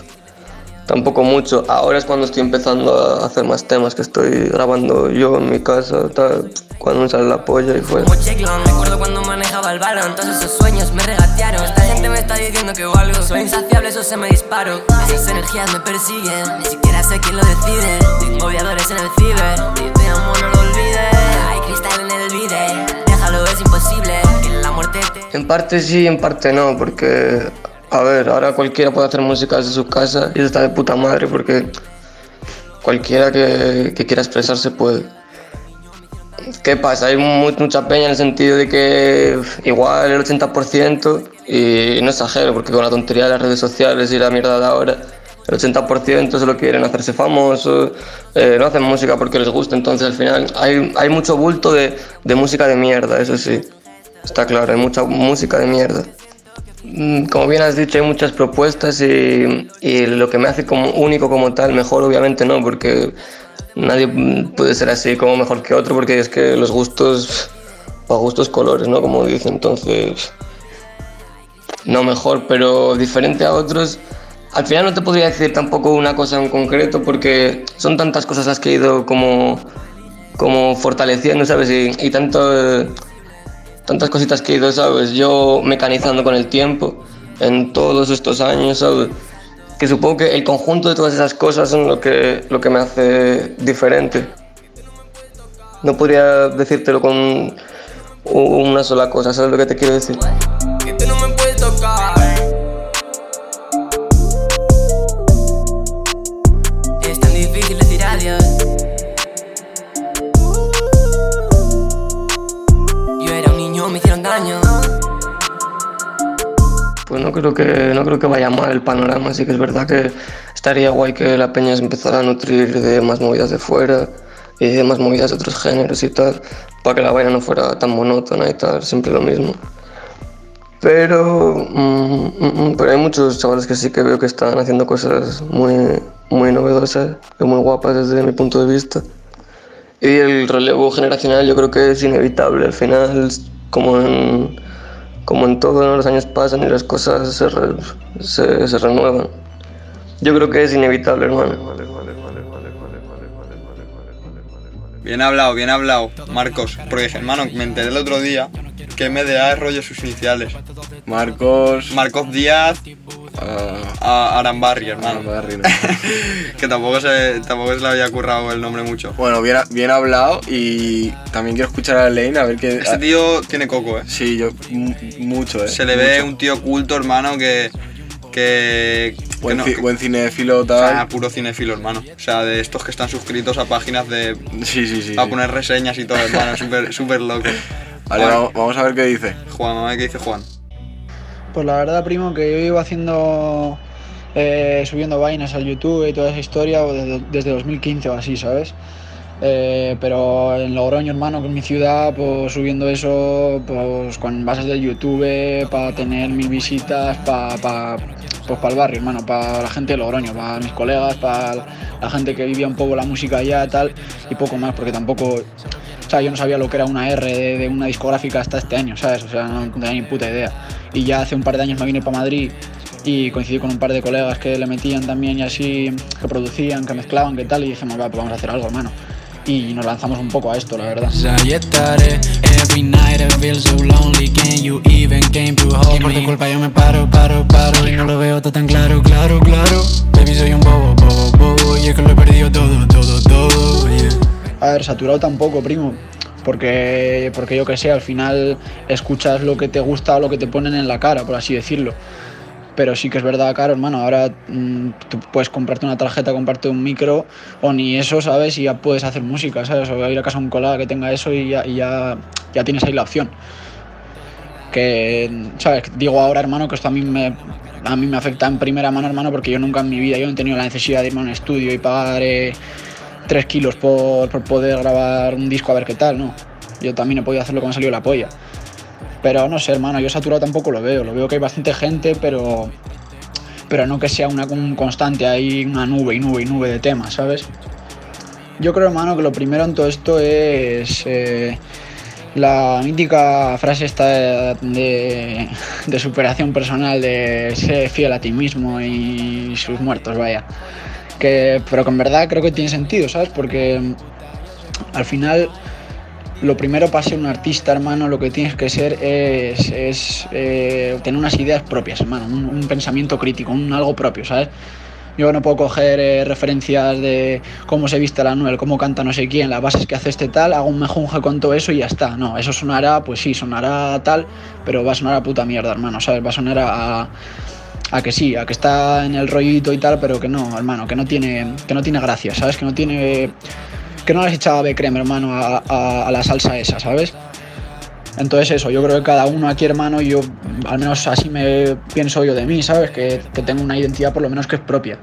Tampoco mucho. Ahora es cuando estoy empezando a hacer más temas que estoy grabando yo en mi casa, tal, cuando me sale la polla y fue. Checklon, me acuerdo cuando manejaba el balón Todos esos sueños me regatearon Esta gente me está diciendo que valgo Soy insaciable, eso se me disparo Esas energías me persiguen Ni siquiera sé quién lo decide Tengo viadores en el ciber Te amo, no lo olvides Hay cristal en el vide Déjalo, es imposible Que la muerte te... En parte sí, en parte no, porque, a ver, ahora cualquiera puede hacer música desde su casa y eso está de puta madre, porque cualquiera que, que quiera expresarse puede. ¿Qué pasa? Hay mu- mucha peña en el sentido de que uf, igual el 80%, y no exagero, porque con la tontería de las redes sociales y la mierda de ahora, el 80% solo quieren hacerse famosos, eh, no hacen música porque les gusta, entonces al final hay, hay mucho bulto de, de música de mierda, eso sí. Está claro, hay mucha música de mierda. Mm, Como bien has dicho, hay muchas propuestas y, y lo que me hace como único como tal, mejor obviamente no, porque nadie mm, puede ser así como mejor que otro, porque es que los gustos, o gustos colores, ¿no? Como dice, entonces, no mejor, pero diferente a otros. Al final no te podría decir tampoco una cosa en concreto, porque son tantas cosas las que he ido como, como fortaleciendo, ¿sabes? Y, y tanto... eh, tantas cositas que he ido, ¿sabes? Yo mecanizando con el tiempo en todos estos años, ¿sabes? Que supongo que el conjunto de todas esas cosas son lo que, lo que me hace diferente. No podría decírtelo con una sola cosa, ¿sabes lo que te quiero decir? Que tú Este no me puedes tocar. Es tan difícil decir adiós. Yo era un niño, me hicieron daño. Pues no creo que no creo que vaya mal el panorama, así que es verdad que estaría guay que la peña se empezara a nutrir de más movidas de fuera y de más movidas de otros géneros y tal, para que la vaina no fuera tan monótona y tal, siempre lo mismo. Pero, mm, mm, mm, pero hay muchos chavales que sí que veo que están haciendo cosas muy, muy novedosas y muy guapas desde mi punto de vista. Y el relevo generacional yo creo que es inevitable. Al final, como en, como en todo, ¿no? los años pasan y las cosas se, re- se, se renuevan. Yo creo que es inevitable, hermano. Bien hablado, bien hablado, Marcos. Porque, hermano, me enteré el otro día que MDA es rollo sus iniciales. Marcos. ah, Marcos Díaz. a Arambarri, hermano. que tampoco se, tampoco se le había currado el nombre mucho. Bueno, bien, bien hablado y también quiero escuchar a Lane a ver qué. Ese Este tío tiene coco, eh. Sí, yo mu- mucho, eh. Se le ve mucho. un tío culto, hermano, que. que. que buen, no- ci- que- buen cinéfilo o tal. sea, puro cinefilo, hermano. O sea, de estos que están suscritos a páginas de. Sí, sí, sí. A sí. poner reseñas y todo, hermano. Súper, súper loco. Vale, Juan. vamos, vamos a ver qué dice. Juan, a ver qué dice Juan. Pues la verdad, primo, que yo iba haciendo. eh, subiendo vainas al YouTube y toda esa historia o desde, desde 2015 o así, ¿sabes? Eh, pero en Logroño, hermano, que es mi ciudad, pues subiendo eso pues, con bases de YouTube para tener mil visitas, para pues, para el barrio, hermano, para la gente de Logroño, para mis colegas, para la gente que vivía un poco la música allá, tal, y poco más, porque tampoco o sea, yo no sabía lo que era una R de, de una discográfica hasta este año, ¿sabes? O sea, no tenía ni puta idea. Y ya hace un par de años me vine para Madrid y coincidí con un par de colegas que le metían también y así, que producían, que mezclaban, que tal, y dijimos, va, pues vamos a hacer algo, hermano. Y nos lanzamos un poco a esto, la verdad. Every night I feel so lonely, can you even came to hold Por tu culpa yo me paro, paro, paro Y no lo veo todo tan claro, claro, claro Baby soy un bobo, bobo, bobo Y es que lo he perdido todo, todo, todo yeah. A ver, saturado tampoco, primo. Porque, porque yo que sé, al final escuchas lo que te gusta o lo que te ponen en la cara, por así decirlo. Pero sí que es verdad, caro, hermano. Ahora mm, tú puedes comprarte una tarjeta, comprarte un micro o ni eso, ¿sabes? Y ya puedes hacer música, ¿sabes? O ir a casa a un colega que tenga eso y ya, y ya, ya tienes ahí la opción. Que, ¿sabes? Digo ahora, hermano, que esto a mí me, a mí me afecta en primera mano, hermano, porque yo nunca en mi vida, yo no he tenido la necesidad de irme a un estudio y pagar... eh, 3 kilos por, por poder grabar un disco a ver qué tal, ¿no? Yo también he podido hacerlo como me ha salido la polla. Pero no sé, hermano, yo saturado tampoco lo veo. Lo veo que hay bastante gente, pero, pero no que sea una, un constante, hay una nube y nube y nube de temas, ¿sabes? Yo creo, hermano, que lo primero en todo esto es eh, la mítica frase esta de, de- de superación personal de ser fiel a ti mismo y sus muertos, vaya que, pero que en verdad creo que tiene sentido, ¿sabes? Porque mm, al final lo primero para ser un artista, hermano, lo que tienes que ser es, es, eh, tener unas ideas propias, hermano, un, un pensamiento crítico, un algo propio, ¿sabes? Yo no puedo coger eh, referencias de cómo se viste la Noel, cómo canta no sé quién, las bases que hace este tal, hago un mejunje con todo eso y ya está. No, eso sonará, pues sí, sonará tal, pero va a sonar a puta mierda, hermano, ¿sabes? Va a sonar a, a que sí, a que está en el rollito y tal, pero que no, hermano, que no tiene, que no tiene gracia, ¿sabes? Que no tiene. Que no le has echado a creme, hermano, a, a- a la salsa esa, ¿sabes? Entonces eso, yo creo que cada uno aquí, hermano, yo al menos así me pienso yo de mí, ¿sabes? Que, que tengo una identidad por lo menos que es propia.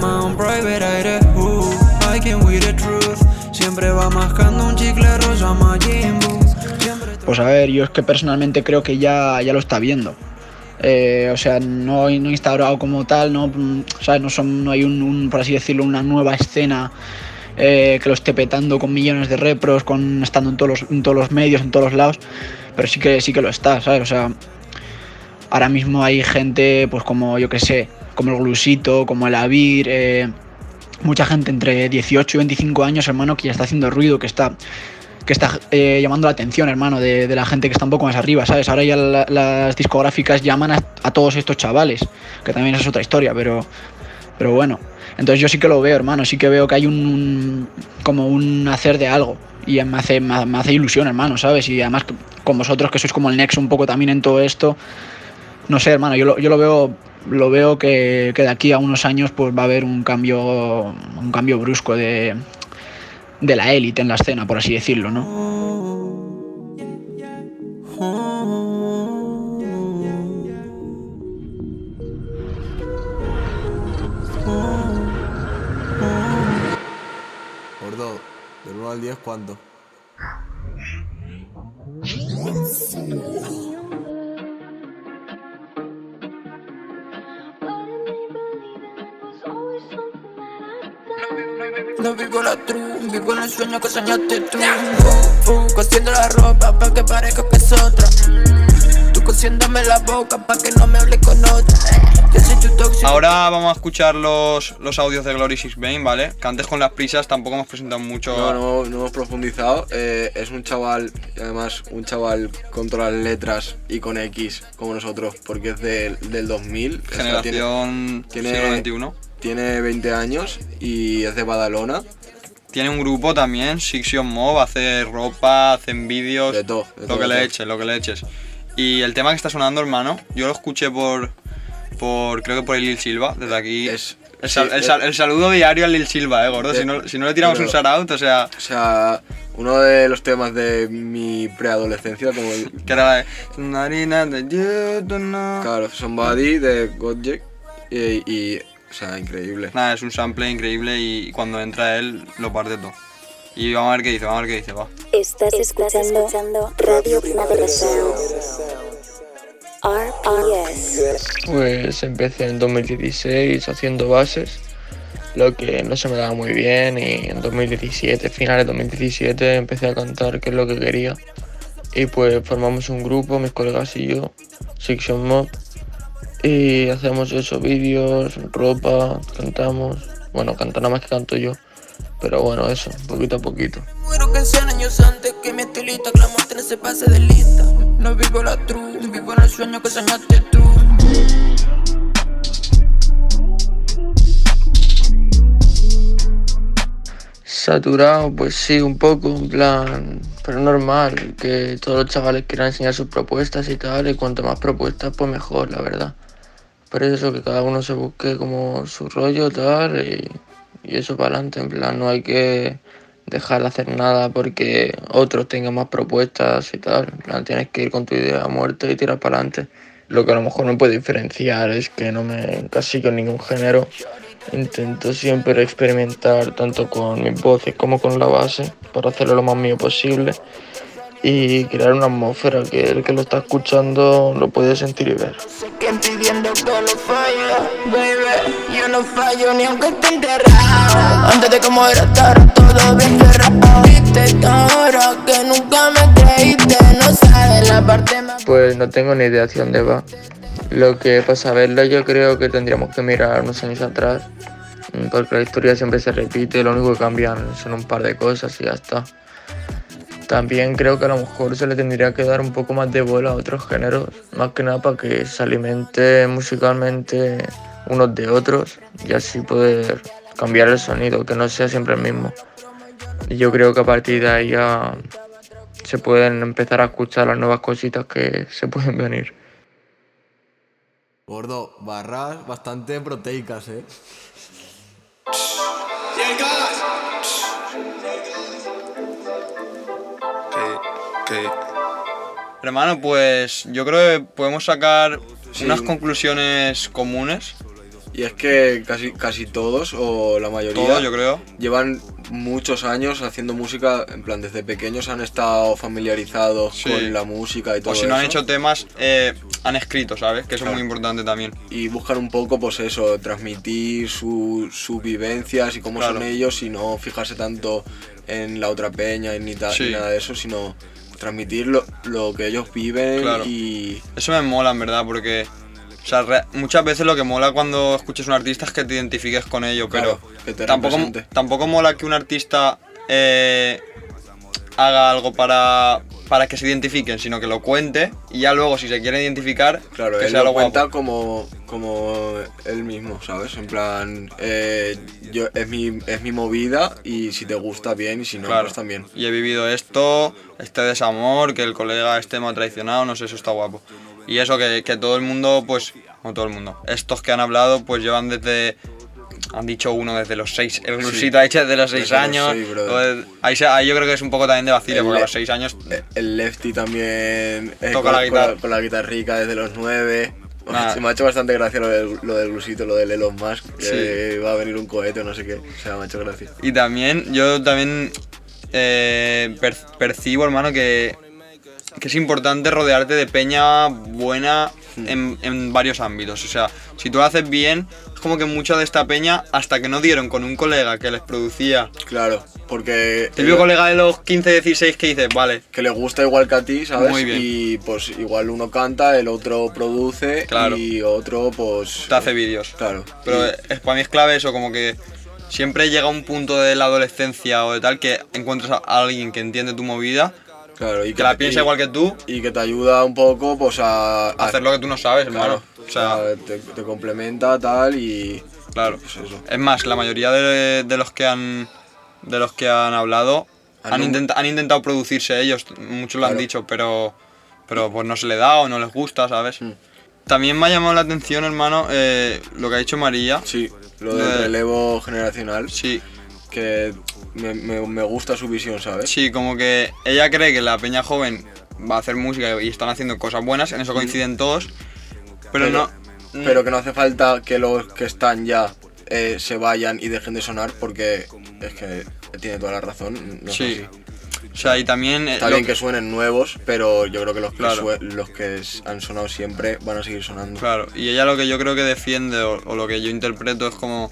My own private aire, uh, I can with the truth Siempre va mascando un chicle rosa Majin Buu. Pues a ver, yo es que personalmente creo que ya, ya lo está viendo. Eh, o sea, no, no instaurado como tal, no, Mm, ¿sabes? no, son, no hay un, un, por así decirlo, una nueva escena eh, que lo esté petando con millones de repros, con estando en todos, los, en todos los medios, en todos los lados, pero sí que, sí que lo está, ¿sabes? O sea, ahora mismo hay gente, pues como yo que sé, como el Glusito, como el Avir, eh, mucha gente entre 18 y 25 años, hermano, que ya está haciendo ruido, que está que está eh, llamando la atención, hermano, de, de, la gente que está un poco más arriba, ¿sabes? Ahora ya la, las discográficas llaman a, a, todos estos chavales, que también es otra historia, pero, pero bueno. Entonces yo sí que lo veo, hermano, sí que veo que hay un, un como un hacer de algo y me hace, me, me hace ilusión, hermano, ¿sabes? Y además con vosotros que sois como el nexo un poco también en todo esto, no sé, hermano, yo lo, yo lo veo lo veo que, que de aquí a unos años pues va a haber un cambio un cambio brusco de, de la élite en la escena, por así decirlo, ¿no? Gordo, del 1 al 10, ¿cuánto? No vivo la true, vivo en el sueño que soñaste tú. Uh, uh, cosiendo la ropa pa' que parezca que es otra. Tú cosiéndome la boca pa' que no me hable con otra. Yo soy tu tóxico. Ahora vamos a escuchar los, los audios de Glory Six Bane, ¿vale? Que antes con las prisas tampoco hemos presentado mucho. No, no, no hemos profundizado. Eh, es un chaval, y además un chaval con todas las letras y con X, como nosotros, porque es del, del 2000. Generación o sea, tiene, siglo XXI tiene 20 años y es de Badalona. Tiene un grupo también, Sixion Mob, hace ropa, hacen vídeos, de todo, de lo todo, que le todo. eches, lo que le eches. Y el tema que está sonando, hermano, yo lo escuché por, por creo que por el Lil Silva, desde aquí. Es, el, sal, sí, el, sal, el, saludo diario al Lil Silva, eh, gordo. De, si, no, si, no, le tiramos pero, un shout o sea. O sea, uno de los temas de mi preadolescencia, como el. que era la de. Narina de you don't know. Claro, Somebody de Godjek. y, y o sea, increíble. Nada, es un sample increíble y cuando entra él lo parte todo. Y vamos a ver qué dice, vamos a ver qué dice, va. Estás, Estás escuchando, escuchando, Radio Primavera Sound. RPS. Pues empecé en 2016 haciendo bases, lo que no se me daba muy bien y en 2017, finales de 2017, empecé a cantar que es lo que quería. Y pues formamos un grupo, mis colegas y yo, Section Mob, y hacemos eso, vídeos, ropa, cantamos. Bueno, canto nada más que canto yo. Pero bueno, eso, poquito a poquito. Muero que sean años antes que mi estilito que la muerte no se pase de lista. No vivo la true, vivo en el sueño que soñaste tú. Saturado, pues sí, un poco, en plan, pero normal, que todos los chavales quieran enseñar sus propuestas y tal, y cuanto más propuestas, pues mejor, la verdad pero eso, que cada uno se busque como su rollo tal y, y eso para adelante, en plan, no hay que dejar de hacer nada porque otros tengan más propuestas y tal, en plan, tienes que ir con tu idea a muerte y tirar para adelante. Lo que a lo mejor me puede diferenciar es que no me encasillo en ningún género. Intento siempre experimentar tanto con mis voces como con la base para hacerlo lo más mío posible y crear una atmósfera que el que lo está escuchando lo puede sentir y ver. Sé que estoy viendo todo lo fallo, baby. Yo no fallo ni aunque esté enterrado. Antes de cómo era estar todo bien cerrado. Viste ahora que nunca me creíste, no sabes la parte más. Pues no tengo ni idea hacia dónde va. Lo que para saberlo yo creo que tendríamos que mirar unos años atrás. mm, Porque la historia siempre se repite, lo único que cambian son un par de cosas y ya está también creo que a lo mejor se le tendría que dar un poco más de bola a otros géneros, más que nada para que se alimente musicalmente unos de otros y así poder cambiar el sonido, que no sea siempre el mismo. Y yo creo que a partir de ahí ya se pueden empezar a escuchar las nuevas cositas que se pueden venir. Gordo, barras bastante proteicas, ¿eh? Hermano, pues yo creo que podemos sacar sí. unas conclusiones comunes Y es que casi, casi todos, o la mayoría, Todos, yo creo. llevan muchos años haciendo música, en plan, desde pequeños han estado familiarizados Sí. con la música y todo O Pues si no han eso. hecho temas, eh, han escrito, ¿sabes? Que eso Claro. es muy importante también. Y buscan un poco, pues eso, transmitir su- sus vivencias y cómo son Claro. ellos y no fijarse tanto en la otra peña y ni, ta- Sí. ni nada de eso, sino transmitir lo, lo que ellos viven Claro. y... Eso me mola, en verdad, porque o sea, re- muchas veces lo que mola cuando escuches a un artista es que te identifiques con ello, Claro, pero que te tampoco, represente. tampoco mola que un artista eh, haga algo para, para que se identifiquen, sino que lo cuente y ya luego, si se quiere identificar, Claro, que él sea lo lo guapo. cuenta como, como él mismo, ¿sabes? En plan, eh, yo, es, mi, es mi movida y si te gusta bien y si no, Claro. pues también. Y he vivido esto, este desamor, que el colega este me ha traicionado, no sé, eso está guapo. Y eso que, que todo el mundo, pues, no todo el mundo, estos que han hablado, pues llevan desde, han dicho uno desde los seis, el Sí. Glusito ha hecho desde los seis Desde los años. seis, brother. o de- ahí, se- ahí yo creo que es un poco también de vacile, El eh, porque a le- los seis años... El Lefty también eh, Toca con, la con guitarra. con la guitarrica desde los nueve. Nada. Se me ha hecho bastante gracia lo del, lo del blusito, lo del Elon Musk, que Sí. va a venir un cohete o no sé qué. O sea, me ha hecho gracia. Y también, yo también eh, per- percibo, hermano, que, que es importante rodearte de peña buena Hmm. en, en varios ámbitos. O sea, si tú lo haces bien, es como que mucha de esta peña, hasta que no dieron con un colega que les producía. Claro, porque. El típico colega de los 15, 16 que dices, vale. Que le gusta igual que a ti, ¿sabes? Muy bien. Y pues igual uno canta, el otro produce Claro. y otro pues... Te hace vídeos. Claro. Pero Y- es, para mí es clave eso, como que siempre llega un punto de la adolescencia o de tal que encuentras a alguien que entiende tu movida, Claro, y que, la piensa y- igual que tú, y que te ayuda un poco pues a, a- hacer lo que tú no sabes, hermano. Claro, o sea, te, te complementa tal y Claro. pues eso. Es más, la mayoría de, de los que han de los que han hablado Han han, un- intenta- han intentado producirse ellos, muchos lo Claro. han dicho, pero pero pues no se le da o no les gusta, ¿sabes? Mm. También me ha llamado la atención, hermano, eh, lo que ha dicho María. Sí, lo de- del relevo generacional. Sí. Que me, me- me gusta su visión, ¿sabes? Sí, como que ella cree que la peña joven va a hacer música y están haciendo cosas buenas, en eso coinciden todos, pero, no... mm, Pero Mm. que no hace falta que los que están ya eh, se vayan y dejen de sonar porque es que tiene toda la razón. No es sí. así. O sea, y también... eh, Está lo bien que suenen nuevos, pero yo creo que los que, Claro. sue- los que s- han sonado siempre van a seguir sonando. Claro, y ella lo que yo creo que defiende o, o lo que yo interpreto es como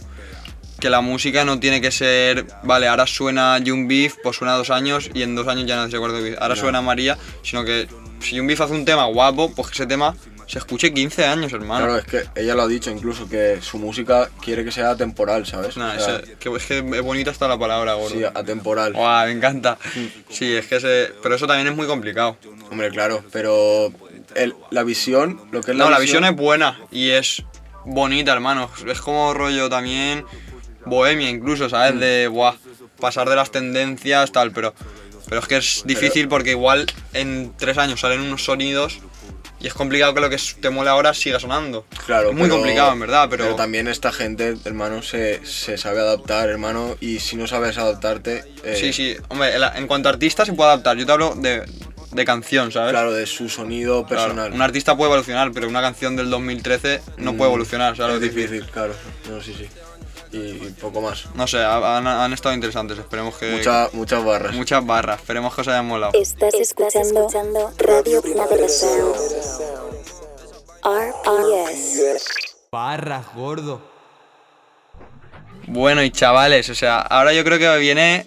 que la música no tiene que ser, vale, ahora suena Jun Beef, pues suena dos años y en dos años ya no se acuerda de Beef. Ahora No. suena María, sino que si Jun Beef hace un tema guapo, pues que ese tema se escuche 15 años, hermano. Claro, es que ella lo ha dicho incluso, que su música quiere que sea temporal, ¿sabes? Nah, O sea, ese- que, es que es bonita está la palabra, gordo. Sí, atemporal. Guau, me encanta. Sí, es que ese, pero eso también es muy complicado. Hombre, claro, pero el- la visión, lo que es la no, la visión es buena y es bonita, hermano. Es como rollo también bohemia, incluso, ¿sabes? De buah, pasar de las tendencias, tal, pero, pero es que es difícil porque igual en tres años salen unos sonidos y es complicado que lo que te mola ahora siga sonando. Claro, Es muy pero- complicado, en verdad, pero. también esta gente, hermano, se, se sabe adaptar, hermano, y si no sabes adaptarte... eh, Sí, sí, hombre, el- en cuanto a artista se puede adaptar. Yo te hablo de, de canción, ¿sabes? Claro, de su sonido Claro, personal. un artista puede evolucionar, pero una canción del 2013 no puede Mm, evolucionar, Es ¿sabes? lo que te quiero decir? difícil, claro. No, sí, sí. Y, y poco más. No sé, ha- han, han estado interesantes, esperemos que... Mucha- muchas barras. Muchas barras, esperemos que os hayan molado. Estás escuchando Radio Primavera Sound. RPS. Barras, gordo. Bueno, y chavales, o sea, ahora yo creo que viene...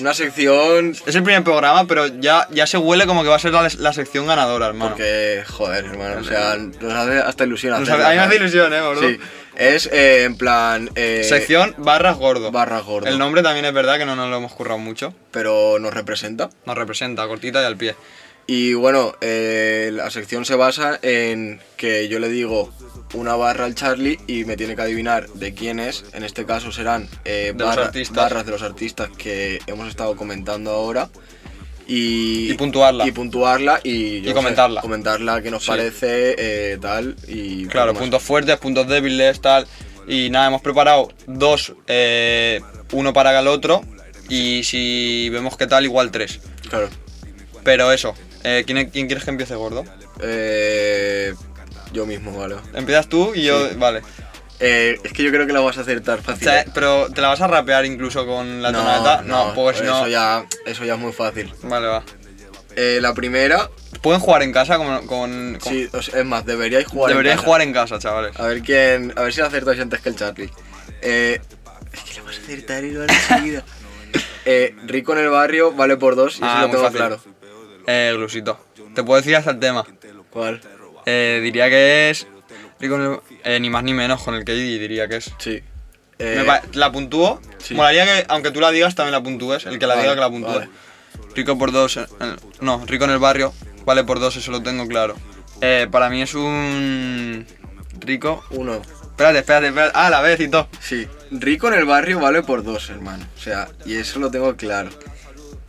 Una sección... Es el primer programa, pero ya, ya se huele como que va a ser la, la sección ganadora, hermano. Porque, joder, hermano, o sea, nos hace hasta ilusión Nos hacerla, hace- a mí me hace ¿sabes? ilusión, eh, gordo. Sí, es eh, en plan... eh, Sección barras gordo. Barras gordo. El nombre también es verdad que no nos lo hemos currado mucho. Pero nos representa. Nos representa, cortita y al pie. Y bueno, eh, la sección se basa en que yo le digo una barra al Charlie y me tiene que adivinar de quién es. En este caso serán eh, De los barra- artistas. barras de los artistas que hemos estado comentando ahora. Y, Y puntuarla. Y puntuarla y, yo Y qué sé, comentarla. comentarla qué nos Sí. parece, eh, tal. Y poco Claro, más. puntos fuertes, puntos débiles, tal. Y nada, hemos preparado dos, eh, uno para el otro. Y si vemos qué tal, igual tres. Claro. Pero eso, eh, ¿quién, quién quieres que empiece, gordo? Eh, yo mismo, vale. Empiezas tú y yo, Sí. vale. Eh, es que yo creo que la vas a acertar fácil. ¿eh? Te- pero te la vas a rapear incluso con la No, tonalidad. No, no, pues no. eso ya- eso ya es muy fácil. Eh, Vale, va. la primera. ¿Pueden jugar en casa con.? con, con- Sí, o sea, es más, deberíais jugar Deberíais en casa. Ah. jugar en casa, chavales. A ver quién. A ver si la acertáis antes que el Charlie. Eh, es que le vas a acertar y lo vas a [laughs] enseguida. Eh, rico en el barrio vale por dos y Ah, eso lo muy tengo fácil. claro. Eh, Glusito. Te puedo decir hasta el tema. ¿Cuál? Eh, diría que es. digo, no, eh, ni más ni menos con el que diría que es. Sí. Eh, Me pa- ¿La puntúo? sí. Molaría que, aunque tú la digas, también la puntúes. El que la Vale, diga, que la puntúe. vale. Rico por dos. eh, eh, no, rico en el barrio. Vale por dos, eso lo tengo claro. Eh, para mí es un. Rico. Uno. Espérate, espérate, espérate. Ah, a la vez y todo. Sí. Rico en el barrio vale por dos, hermano. O sea, y eso lo tengo claro.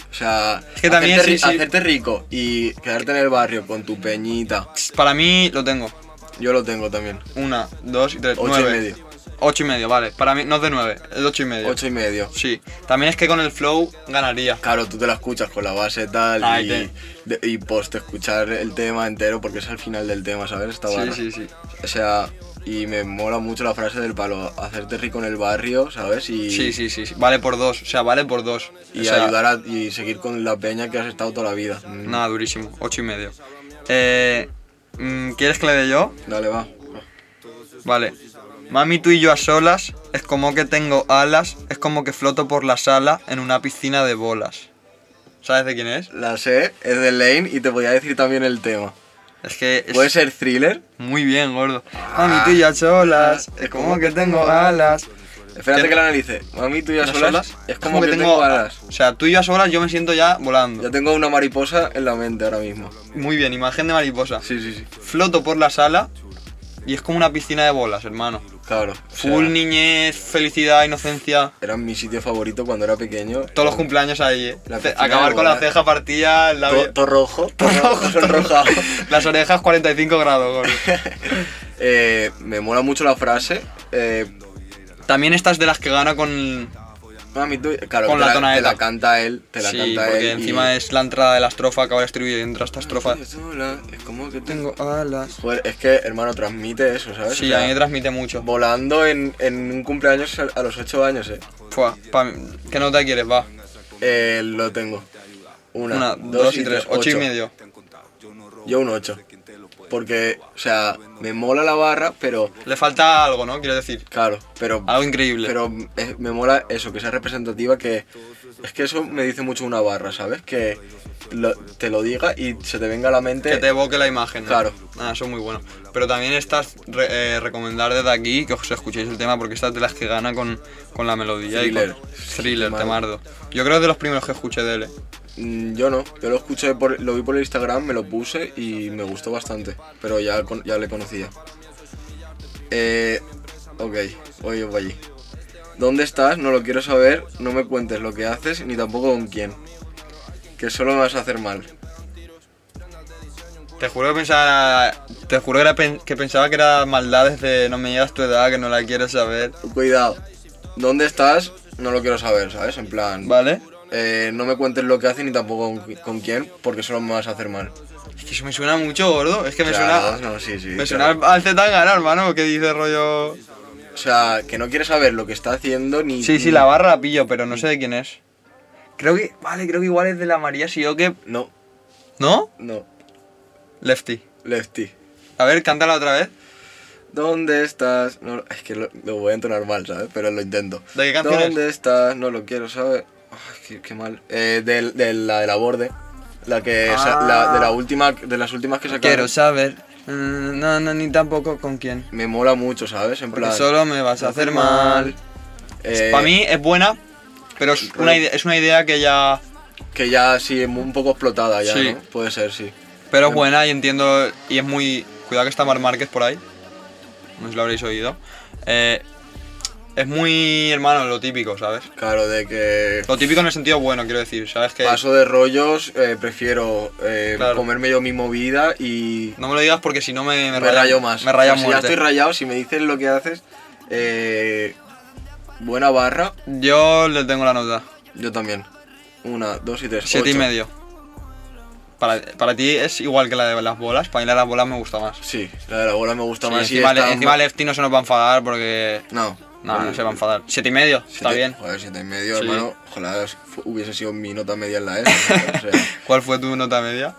O sea, que también hacerte, ri- sí, sí. hacerte rico y quedarte en el barrio con tu peñita. Para mí lo tengo. Yo lo tengo también. Una, dos y tres. Ocho y nueve. medio. Ocho y medio, vale. Para mí, no es de nueve, es de ocho y medio. Ocho y medio. Sí. También es que con el flow ganaría. Claro, tú te la escuchas con la base tal Ay, y, de- y post escuchar el tema entero porque es al final del tema, ¿sabes? Esta Sí, barra. sí, sí. O sea, y me mola mucho la frase del palo, hacerte rico en el barrio, ¿sabes? Y, Sí, sí, sí, sí. Vale por dos, o sea, vale por dos. y O sea, ayudar a, y seguir con la peña que has estado toda la vida. Mm, Nada, durísimo. Ocho y medio. Eh, mm, ¿Quieres que le dé yo? Dale, va. Vale. Mami, tú y yo a solas, es como que tengo alas, es como que floto por la sala en una piscina de bolas. ¿Sabes de quién es? La sé, es de Lane y te voy a decir también el tema. Es que es- ¿Puede ser thriller? Muy bien, gordo. Mami, tú y yo a solas, es como que tengo alas. Espérate que lo analice. Mami, tú y yo a ¿No solas, es como que tengo alas. O sea, tú y yo a solas, yo me siento ya volando. Yo tengo una mariposa en la mente ahora mismo. Muy bien, imagen de mariposa. Sí, sí, sí. Floto por la sala y es como una piscina de bolas, hermano. Claro. o sea, Full niñez, felicidad, inocencia. Era mi sitio favorito cuando era pequeño. Todos los cumpleaños ahí, eh. La Ce- piscina Acabar de con la bolas. ceja partida, el labio- Todo [laughs] rojo. Todo rojo, sonrojado. las orejas 45 grados, gordo. [laughs] Eh, me mola mucho la frase. eh, También estas de las que gana con, mami, tú- claro, con te la, la, tonadeta. te la canta él, te la sí, canta porque él. y- encima es la entrada de la estrofa, acaba el estribillo y entra esta estrofa. Es como que tengo alas. Joder, es que, hermano, transmite eso, ¿sabes? Sí, O sea, a mí me transmite mucho. Volando en, en un cumpleaños a a los 8 años, eh. Fua, pa- ¿Qué nota quieres? Va. Eh, lo tengo. Una, Una, dos y tres. Ocho y medio. Yo un 8. Porque, o sea, me mola la barra, pero Le falta algo, ¿no? Quiero decir. Claro, pero. Algo increíble. Pero es- me mola eso, que sea representativa, que. Es que eso me dice mucho una barra, ¿sabes? Que lo- te lo diga y se te venga a la mente. Que te evoque la imagen. ¿no? Claro. Ah, eso es muy bueno. Pero también estas re- eh, recomendar desde aquí que os escuchéis el tema porque estas de las que gana con, con la melodía y Thriller. con thriller, Temardo. temardo. Yo creo que es de los primeros que escuché de él. eh. Mm, Yo no, yo lo escuché, por, lo vi por el Instagram, me lo puse y me gustó bastante, pero ya, con- ya le conocía. Eh, ok, voy voy allí. ¿Dónde estás? No lo quiero saber, no me cuentes lo que haces ni tampoco con quién. Que solo me vas a hacer mal. Te juro que pensaba, te juro que, era pen- que pensaba que era maldades de no me llegas tu edad, que no la quieres saber. Cuidado, ¿dónde estás? No lo quiero saber, ¿sabes? En plan... Vale. eh, no me cuentes lo que haces ni tampoco con, con quién, porque solo me vas a hacer mal. Es que eso me suena mucho, gordo. Es que me Claro, suena. no, sí, sí, me claro. suena al Zetangana, hermano, que dice rollo. O sea, que no quiere saber lo que está haciendo ni... Sí, sí, ni- la barra la pillo, pero no sé de quién es. Creo que. Vale, creo que igual es de la María Sioque. No, ¿No? no, Lefty. Lefty. A ver, cántala otra vez. ¿Dónde estás? No, es que lo, lo voy a entonar mal, ¿sabes? Pero lo intento. ¿De qué canción es? ¿Dónde estás? No lo quiero saber. Ay, qué, qué mal. Eh, del- de, la de la borde. La que sa- Ah. la- de la última de las últimas que sacaron. Quiero saber. mm, No, no, ni tampoco con quién. Me mola mucho, ¿sabes? En Porque plan. solo me vas a hacer mal. Eh, Para mí es buena, pero es una, ide- es una idea que ya. Que ya sí, un poco explotada ya, Sí. ¿no? Puede ser, sí. Pero es buena y entiendo. Y es muy. Cuidado que está Mar Márquez por ahí. No sé si lo habréis oído. Eh, es muy, hermano, lo típico, ¿sabes? Claro, de que. Lo típico en el sentido bueno, quiero decir, ¿sabes? Que Paso de rollos, eh, prefiero eh, Claro. comerme yo mi movida y no me lo digas porque si no me, me, me, raya- rayo más. Me raya O sea, si ya muerte. estoy rayado, si me dices lo que haces, eh, buena barra, Yo le tengo la nota. yo también. Una, dos y tres. Siete y ocho. medio. para, para ti es igual que la de las bolas. Para mí la de las bolas me gusta más. Sí, la de las bolas me gusta Sí, más. y Encima, está le- encima ma- Lefty no se nos va a enfadar porque. No. No, no El- se va a enfadar. Siete y medio, está Siete- bien. Joder, siete y medio, Sí. hermano. Ojalá fu- hubiese sido mi nota media en la E. [laughs] o sea, ¿Cuál fue tu nota media?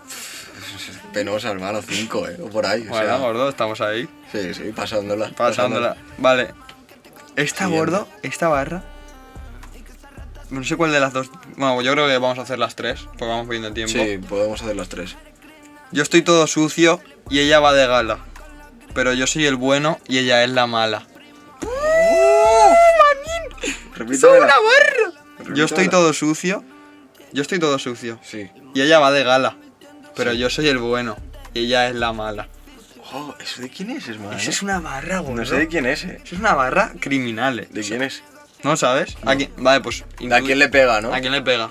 penosa, hermano, cinco, ¿eh? O por ahí. o Bueno, sea, gordo, estamos ahí. Sí, sí, pasándola. Pasándola. Vale. Esta Siguiente. gordo, esta barra. No sé cuál de las dos. Bueno, yo creo que vamos a hacer las tres, porque vamos pidiendo tiempo. Sí, podemos hacer las tres. Yo estoy todo sucio y ella va de gala. Pero yo soy el bueno y ella es la mala. Repítamela. Yo estoy todo sucio. Yo estoy todo sucio. Y ella va de gala. Pero yo soy el bueno y ella es la mala. Oh, ¿Eso de quién es, hermano? Eso es una barra, gordo. No sé de quién es, eh. Eso es una barra criminal. eh. ¿De quién es? ¿No sabes? ¿A quién? Vale, pues. ¿A quién le pega, no? ¿A quién le pega?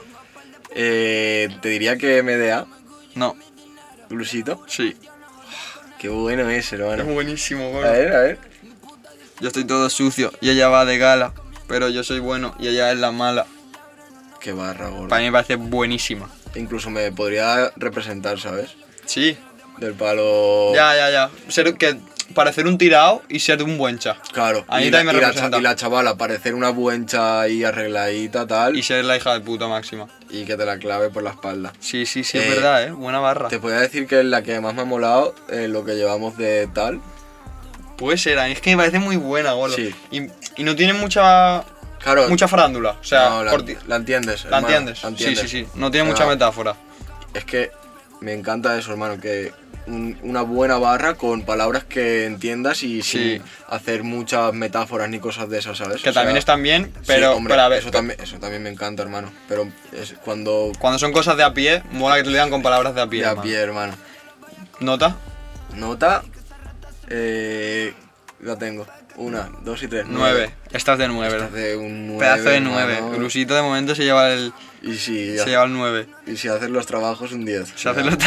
Eh, te diría que MDA. No. ¿Blusito? Sí. Qué bueno es, hermano. Es buenísimo, A gordo. ver, a ver. Yo estoy todo sucio y ella va de gala. Pero yo soy bueno y ella es la mala. Qué barra, gordo. Para mí me parece buenísima. Incluso me podría representar, ¿sabes? Sí. Del palo. Ya, ya, ya. Ser que parecer un tirado y ser un buen cha. Claro. A mí y también la, me y la cha- representa. y la chavala, parecer una buencha y arregladita, tal. Y ser la hija de puta máxima. Y que te la clave por la espalda. Sí, sí, sí, Eh, es verdad, ¿eh? Buena barra. Te podría decir que es la que más me ha molado eh, lo que llevamos de tal. Puede ser, a mí es que me parece muy buena, gordo. Sí. Y, y no tiene mucha. Claro. Mucha farándula. O sea, No, la, por ti- la entiendes. ¿la hermano, entiendes? la entiendes. Sí, sí, sí. No tiene O sea, mucha metáfora. Es que me encanta eso, hermano, que un- una buena barra con palabras que entiendas y sin hacer muchas metáforas ni cosas de esas, ¿sabes? Que O también sea, están bien, sí, pero. hombre, pero a ver, eso, también, eso también me encanta, hermano. Pero es cuando Cuando son cosas de a pie, mola que te lo digan con palabras de a pie. de a hermano. pie, hermano. ¿Nota? Nota, eh, la tengo. Una, dos y tres. 9. Estás de 9, Estás de un nueve, Pedazo de 9. hermano. Grusito de momento se lleva el. Y si, Se lleva el 9. y si haces los trabajos, un 10. Se hace el otro.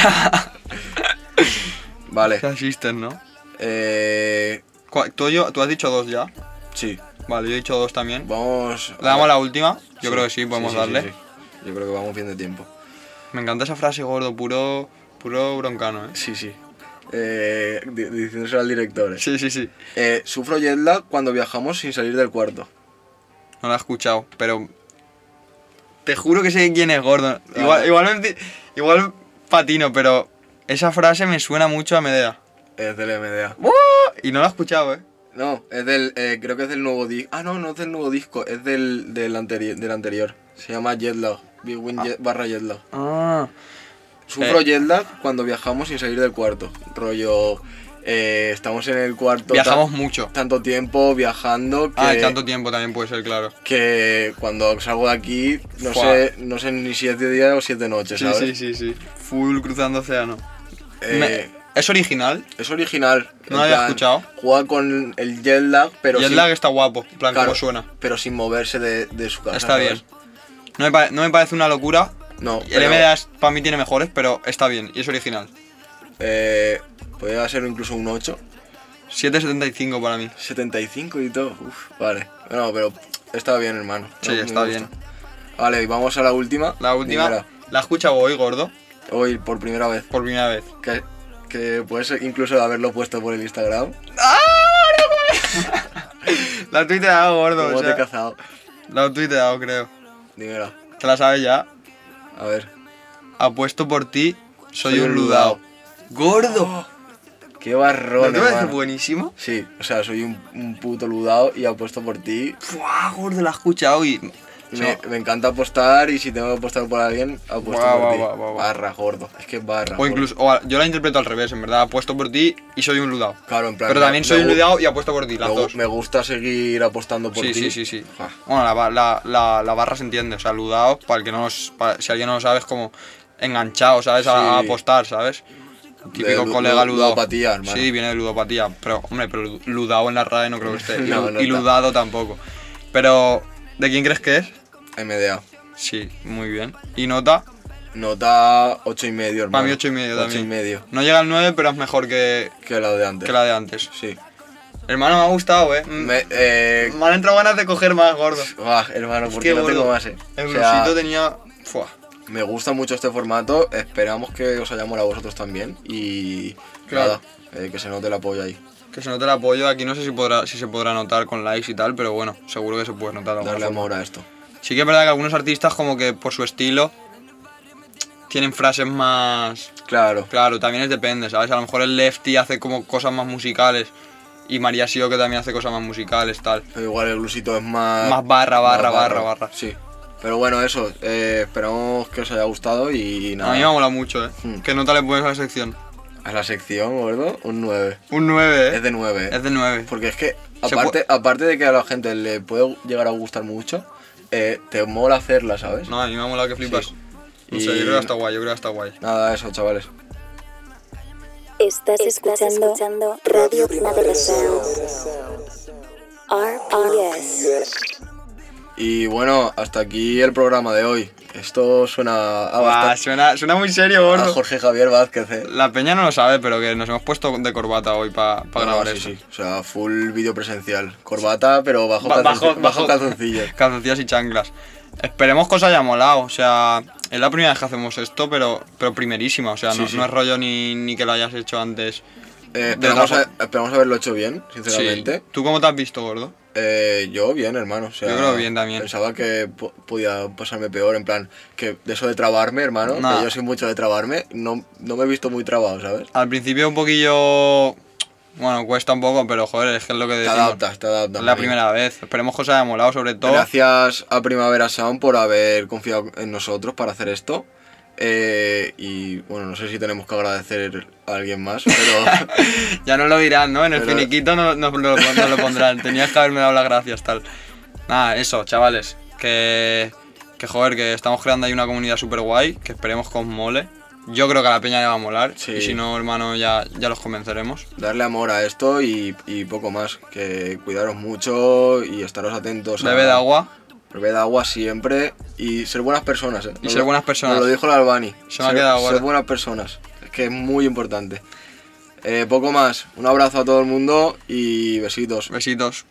Vale. [laughs] Ya existen, ¿no? Eh, Cua- ¿Tú, yo- ¿Tú has dicho dos ya? sí. Vale, yo he dicho dos también. Vamos. ¿Le damos la última? Yo creo que sí, sí, podemos sí, sí, darle. sí. Yo creo que vamos bien de tiempo. Me encanta esa frase, gordo, puro, puro broncano, ¿eh? Sí, sí. Eh, di- diciéndoselo al director. eh. Sí, sí, sí. Eh, sufro jet lag cuando viajamos sin salir del cuarto. No la he escuchado, pero... Te juro que sé quién es gordo. Igual, igual, me- igual patino, pero esa frase me suena mucho a Medea. Es del MDA. Y no la he escuchado, ¿eh? No, es del. eh, creo que es del nuevo disco. Ah, no, no es del nuevo disco, es del, del, anteri- del anterior. Se llama Jet Lag. Big Win Jet- barra Jet Lag. Ah. Sufro Eh. jet lag cuando viajamos sin salir del cuarto. Rollo. eh, estamos en el cuarto. Viajamos ta- mucho. Tanto tiempo viajando que. Ah, y tanto tiempo también puede ser, claro. que cuando salgo de aquí, no Fua. sé, no sé ni siete días o siete noches, Sí, ¿sabes? sí, sí, sí. Full cruzando océano. Eh, Me- ¿Es original? Es original. No en lo había plan, escuchado. Juega con el jet lag, pero, y el sin, lag está guapo, en plan, claro, como suena. pero sin moverse de, de su casa. Está ¿sabes? bien. No me, pare- no me parece una locura. No, El pero, MDA para mí tiene mejores, pero está bien y es original. eh, podría ser incluso un 8. 7.75 para mí. 75 y todo. Uf, vale. No, pero está bien, hermano. Sí, No, me gusta. está bien. Vale, y vamos a la última. La última Dímela. la he escuchado hoy, gordo, Hoy por primera vez. por primera vez. Que, que puedes incluso haberlo puesto por el Instagram. La he tuiteado, gordo. ¿Cómo o te he sea, cazado? la he tuiteado, creo. Dímela. Te la sabes ya. A ver. Apuesto por ti, soy, un ludao. Oh. ¡Gordo! ¡Qué barrón, ¿No te parece hermano. buenísimo? Sí, o sea, soy un, un puto ludao y apuesto por ti. ¡Buah, gordo! La he escuchado y... Y Me, me encanta apostar y si tengo que apostar por alguien, apuesto por Guau, guau, ti. guau, guau, guau. Barra, gordo. Es que barra. O gordo. incluso, o a- yo la interpreto al revés, en verdad. Apuesto por ti y soy un ludao. Claro, en plan. Pero me- también me soy un gu- ludao y apuesto por ti, las me, gu- dos. me gusta seguir apostando por Sí, ti. sí, sí, sí. Ah, Bueno, la, ba- la- la- la barra se entiende, o sea, ludao, para el que no los- para- si alguien no lo sabe, es como enganchado, ¿sabes? A, a Sí. apostar, ¿sabes? Típico lu- colega lu- ludao. ludopatía, hermano. Sí, viene de ludopatía, pero, hombre, pero lu- ludao en la RAE no creo que esté, y [laughs] No, lu- no y está. ludado tampoco. Pero, ¿de quién crees que es? MDA. Sí, muy bien. ¿Y nota? Nota 8 y medio, hermano. Para mí 8 y medio Ocho y también. medio. No llega al 9, pero es mejor que, Que la de antes. que la de antes. Sí. Hermano, me ha gustado, ¿eh? Mm, Me, eh, Me han entrado ganas de coger más, gordo. ah, hermano, Es porque que, no gordo, tengo más, eh. El O sea, brusito tenía... Fua. Me gusta mucho este formato, esperamos que os haya molado a vosotros también y Claro. nada, eh, que se note el apoyo ahí. Que se note el apoyo, aquí no sé si, podrá, si se podrá notar con likes y tal, pero bueno, seguro que se puede notar. de alguna Darle forma. amor a esto. Sí que es verdad que algunos artistas como que por su estilo tienen frases más... Claro. Claro, también es depende, ¿sabes? A lo mejor el Lefty hace como cosas más musicales y María Sio que también hace cosas más musicales, tal. Pero igual el blusito es más... Más barra, barra, más barra, barra. Sí. Pero bueno, eso, eh, esperamos que os haya gustado y nada. Hmm. A mí me ha molado mucho, ¿eh? ¿Qué nota le pones a la sección? A la sección, gordo, un 9. Un 9, ¿eh? Es de 9. Es de 9. Porque es que, Se aparte, aparte de que a la gente le puede llegar a gustar mucho, eh, te mola hacerla, ¿sabes? No, a mí me ha molado que flipas. No sé, Y- yo creo que está guay, yo creo que está guay. Nada, eso, chavales. Estás escuchando, Radio Primavera Sound. RPS. Y bueno, hasta aquí el programa de hoy. Esto suena a Buah, bastante- suena, suena muy serio, gordo. a Ah, Jorge Javier Vázquez, ¿eh? La peña no lo sabe, pero que nos hemos puesto de corbata hoy para No, grabar sí, eso. sí. O sea, full vídeo presencial. Corbata, pero bajo, Ba- calzonci- bajo, [laughs] calzoncillo. Eh, calzoncillos y chanclas. Esperemos que os haya molado, o sea, es la primera vez que hacemos esto, pero, pero primerísima, o sea, Sí, no, sí. no es rollo ni, ni que lo hayas hecho antes. Eh, esperamos, a- esperamos haberlo hecho bien, sinceramente. ¿Tú cómo te has visto, gordo? Eh, yo bien, hermano. o sea, Yo creo bien también. Pensaba que po- podía pasarme peor, en plan, que de eso de trabarme, hermano, Nah. que yo soy mucho de trabarme, no, no me he visto muy trabado, ¿sabes? Al principio un poquillo... Bueno, cuesta un poco, pero joder, es que es lo que Te decimos. adaptas, te adaptas. Es la manín. primera vez. Esperemos que os haya molado, sobre todo. Gracias a Primavera Sound por haber confiado en nosotros para hacer esto. Eh, y bueno, no sé si tenemos que agradecer a alguien más, pero [laughs] Ya nos lo dirán, ¿no? En el Pero- finiquito no- nos lo, nos lo pondrán. Tenías que haberme dado las gracias, tal. Nada, eso, chavales. Que, que joder, que estamos creando ahí una comunidad súper guay. Que esperemos que os mole. Yo creo que a la peña le va a molar. Y si no, hermano, ya, ya los convenceremos. darle amor a esto y, y poco más. Que cuidaros mucho y estaros atentos. a- Bebed agua. Bebed agua siempre y ser buenas personas. ¿eh? Y Nos ser lo- buenas personas. nos lo dijo el Albani. Se me ha Ser- quedado Ser guarda. buenas personas, es que es muy importante. Eh, poco más. Un abrazo a todo el mundo y besitos. Besitos.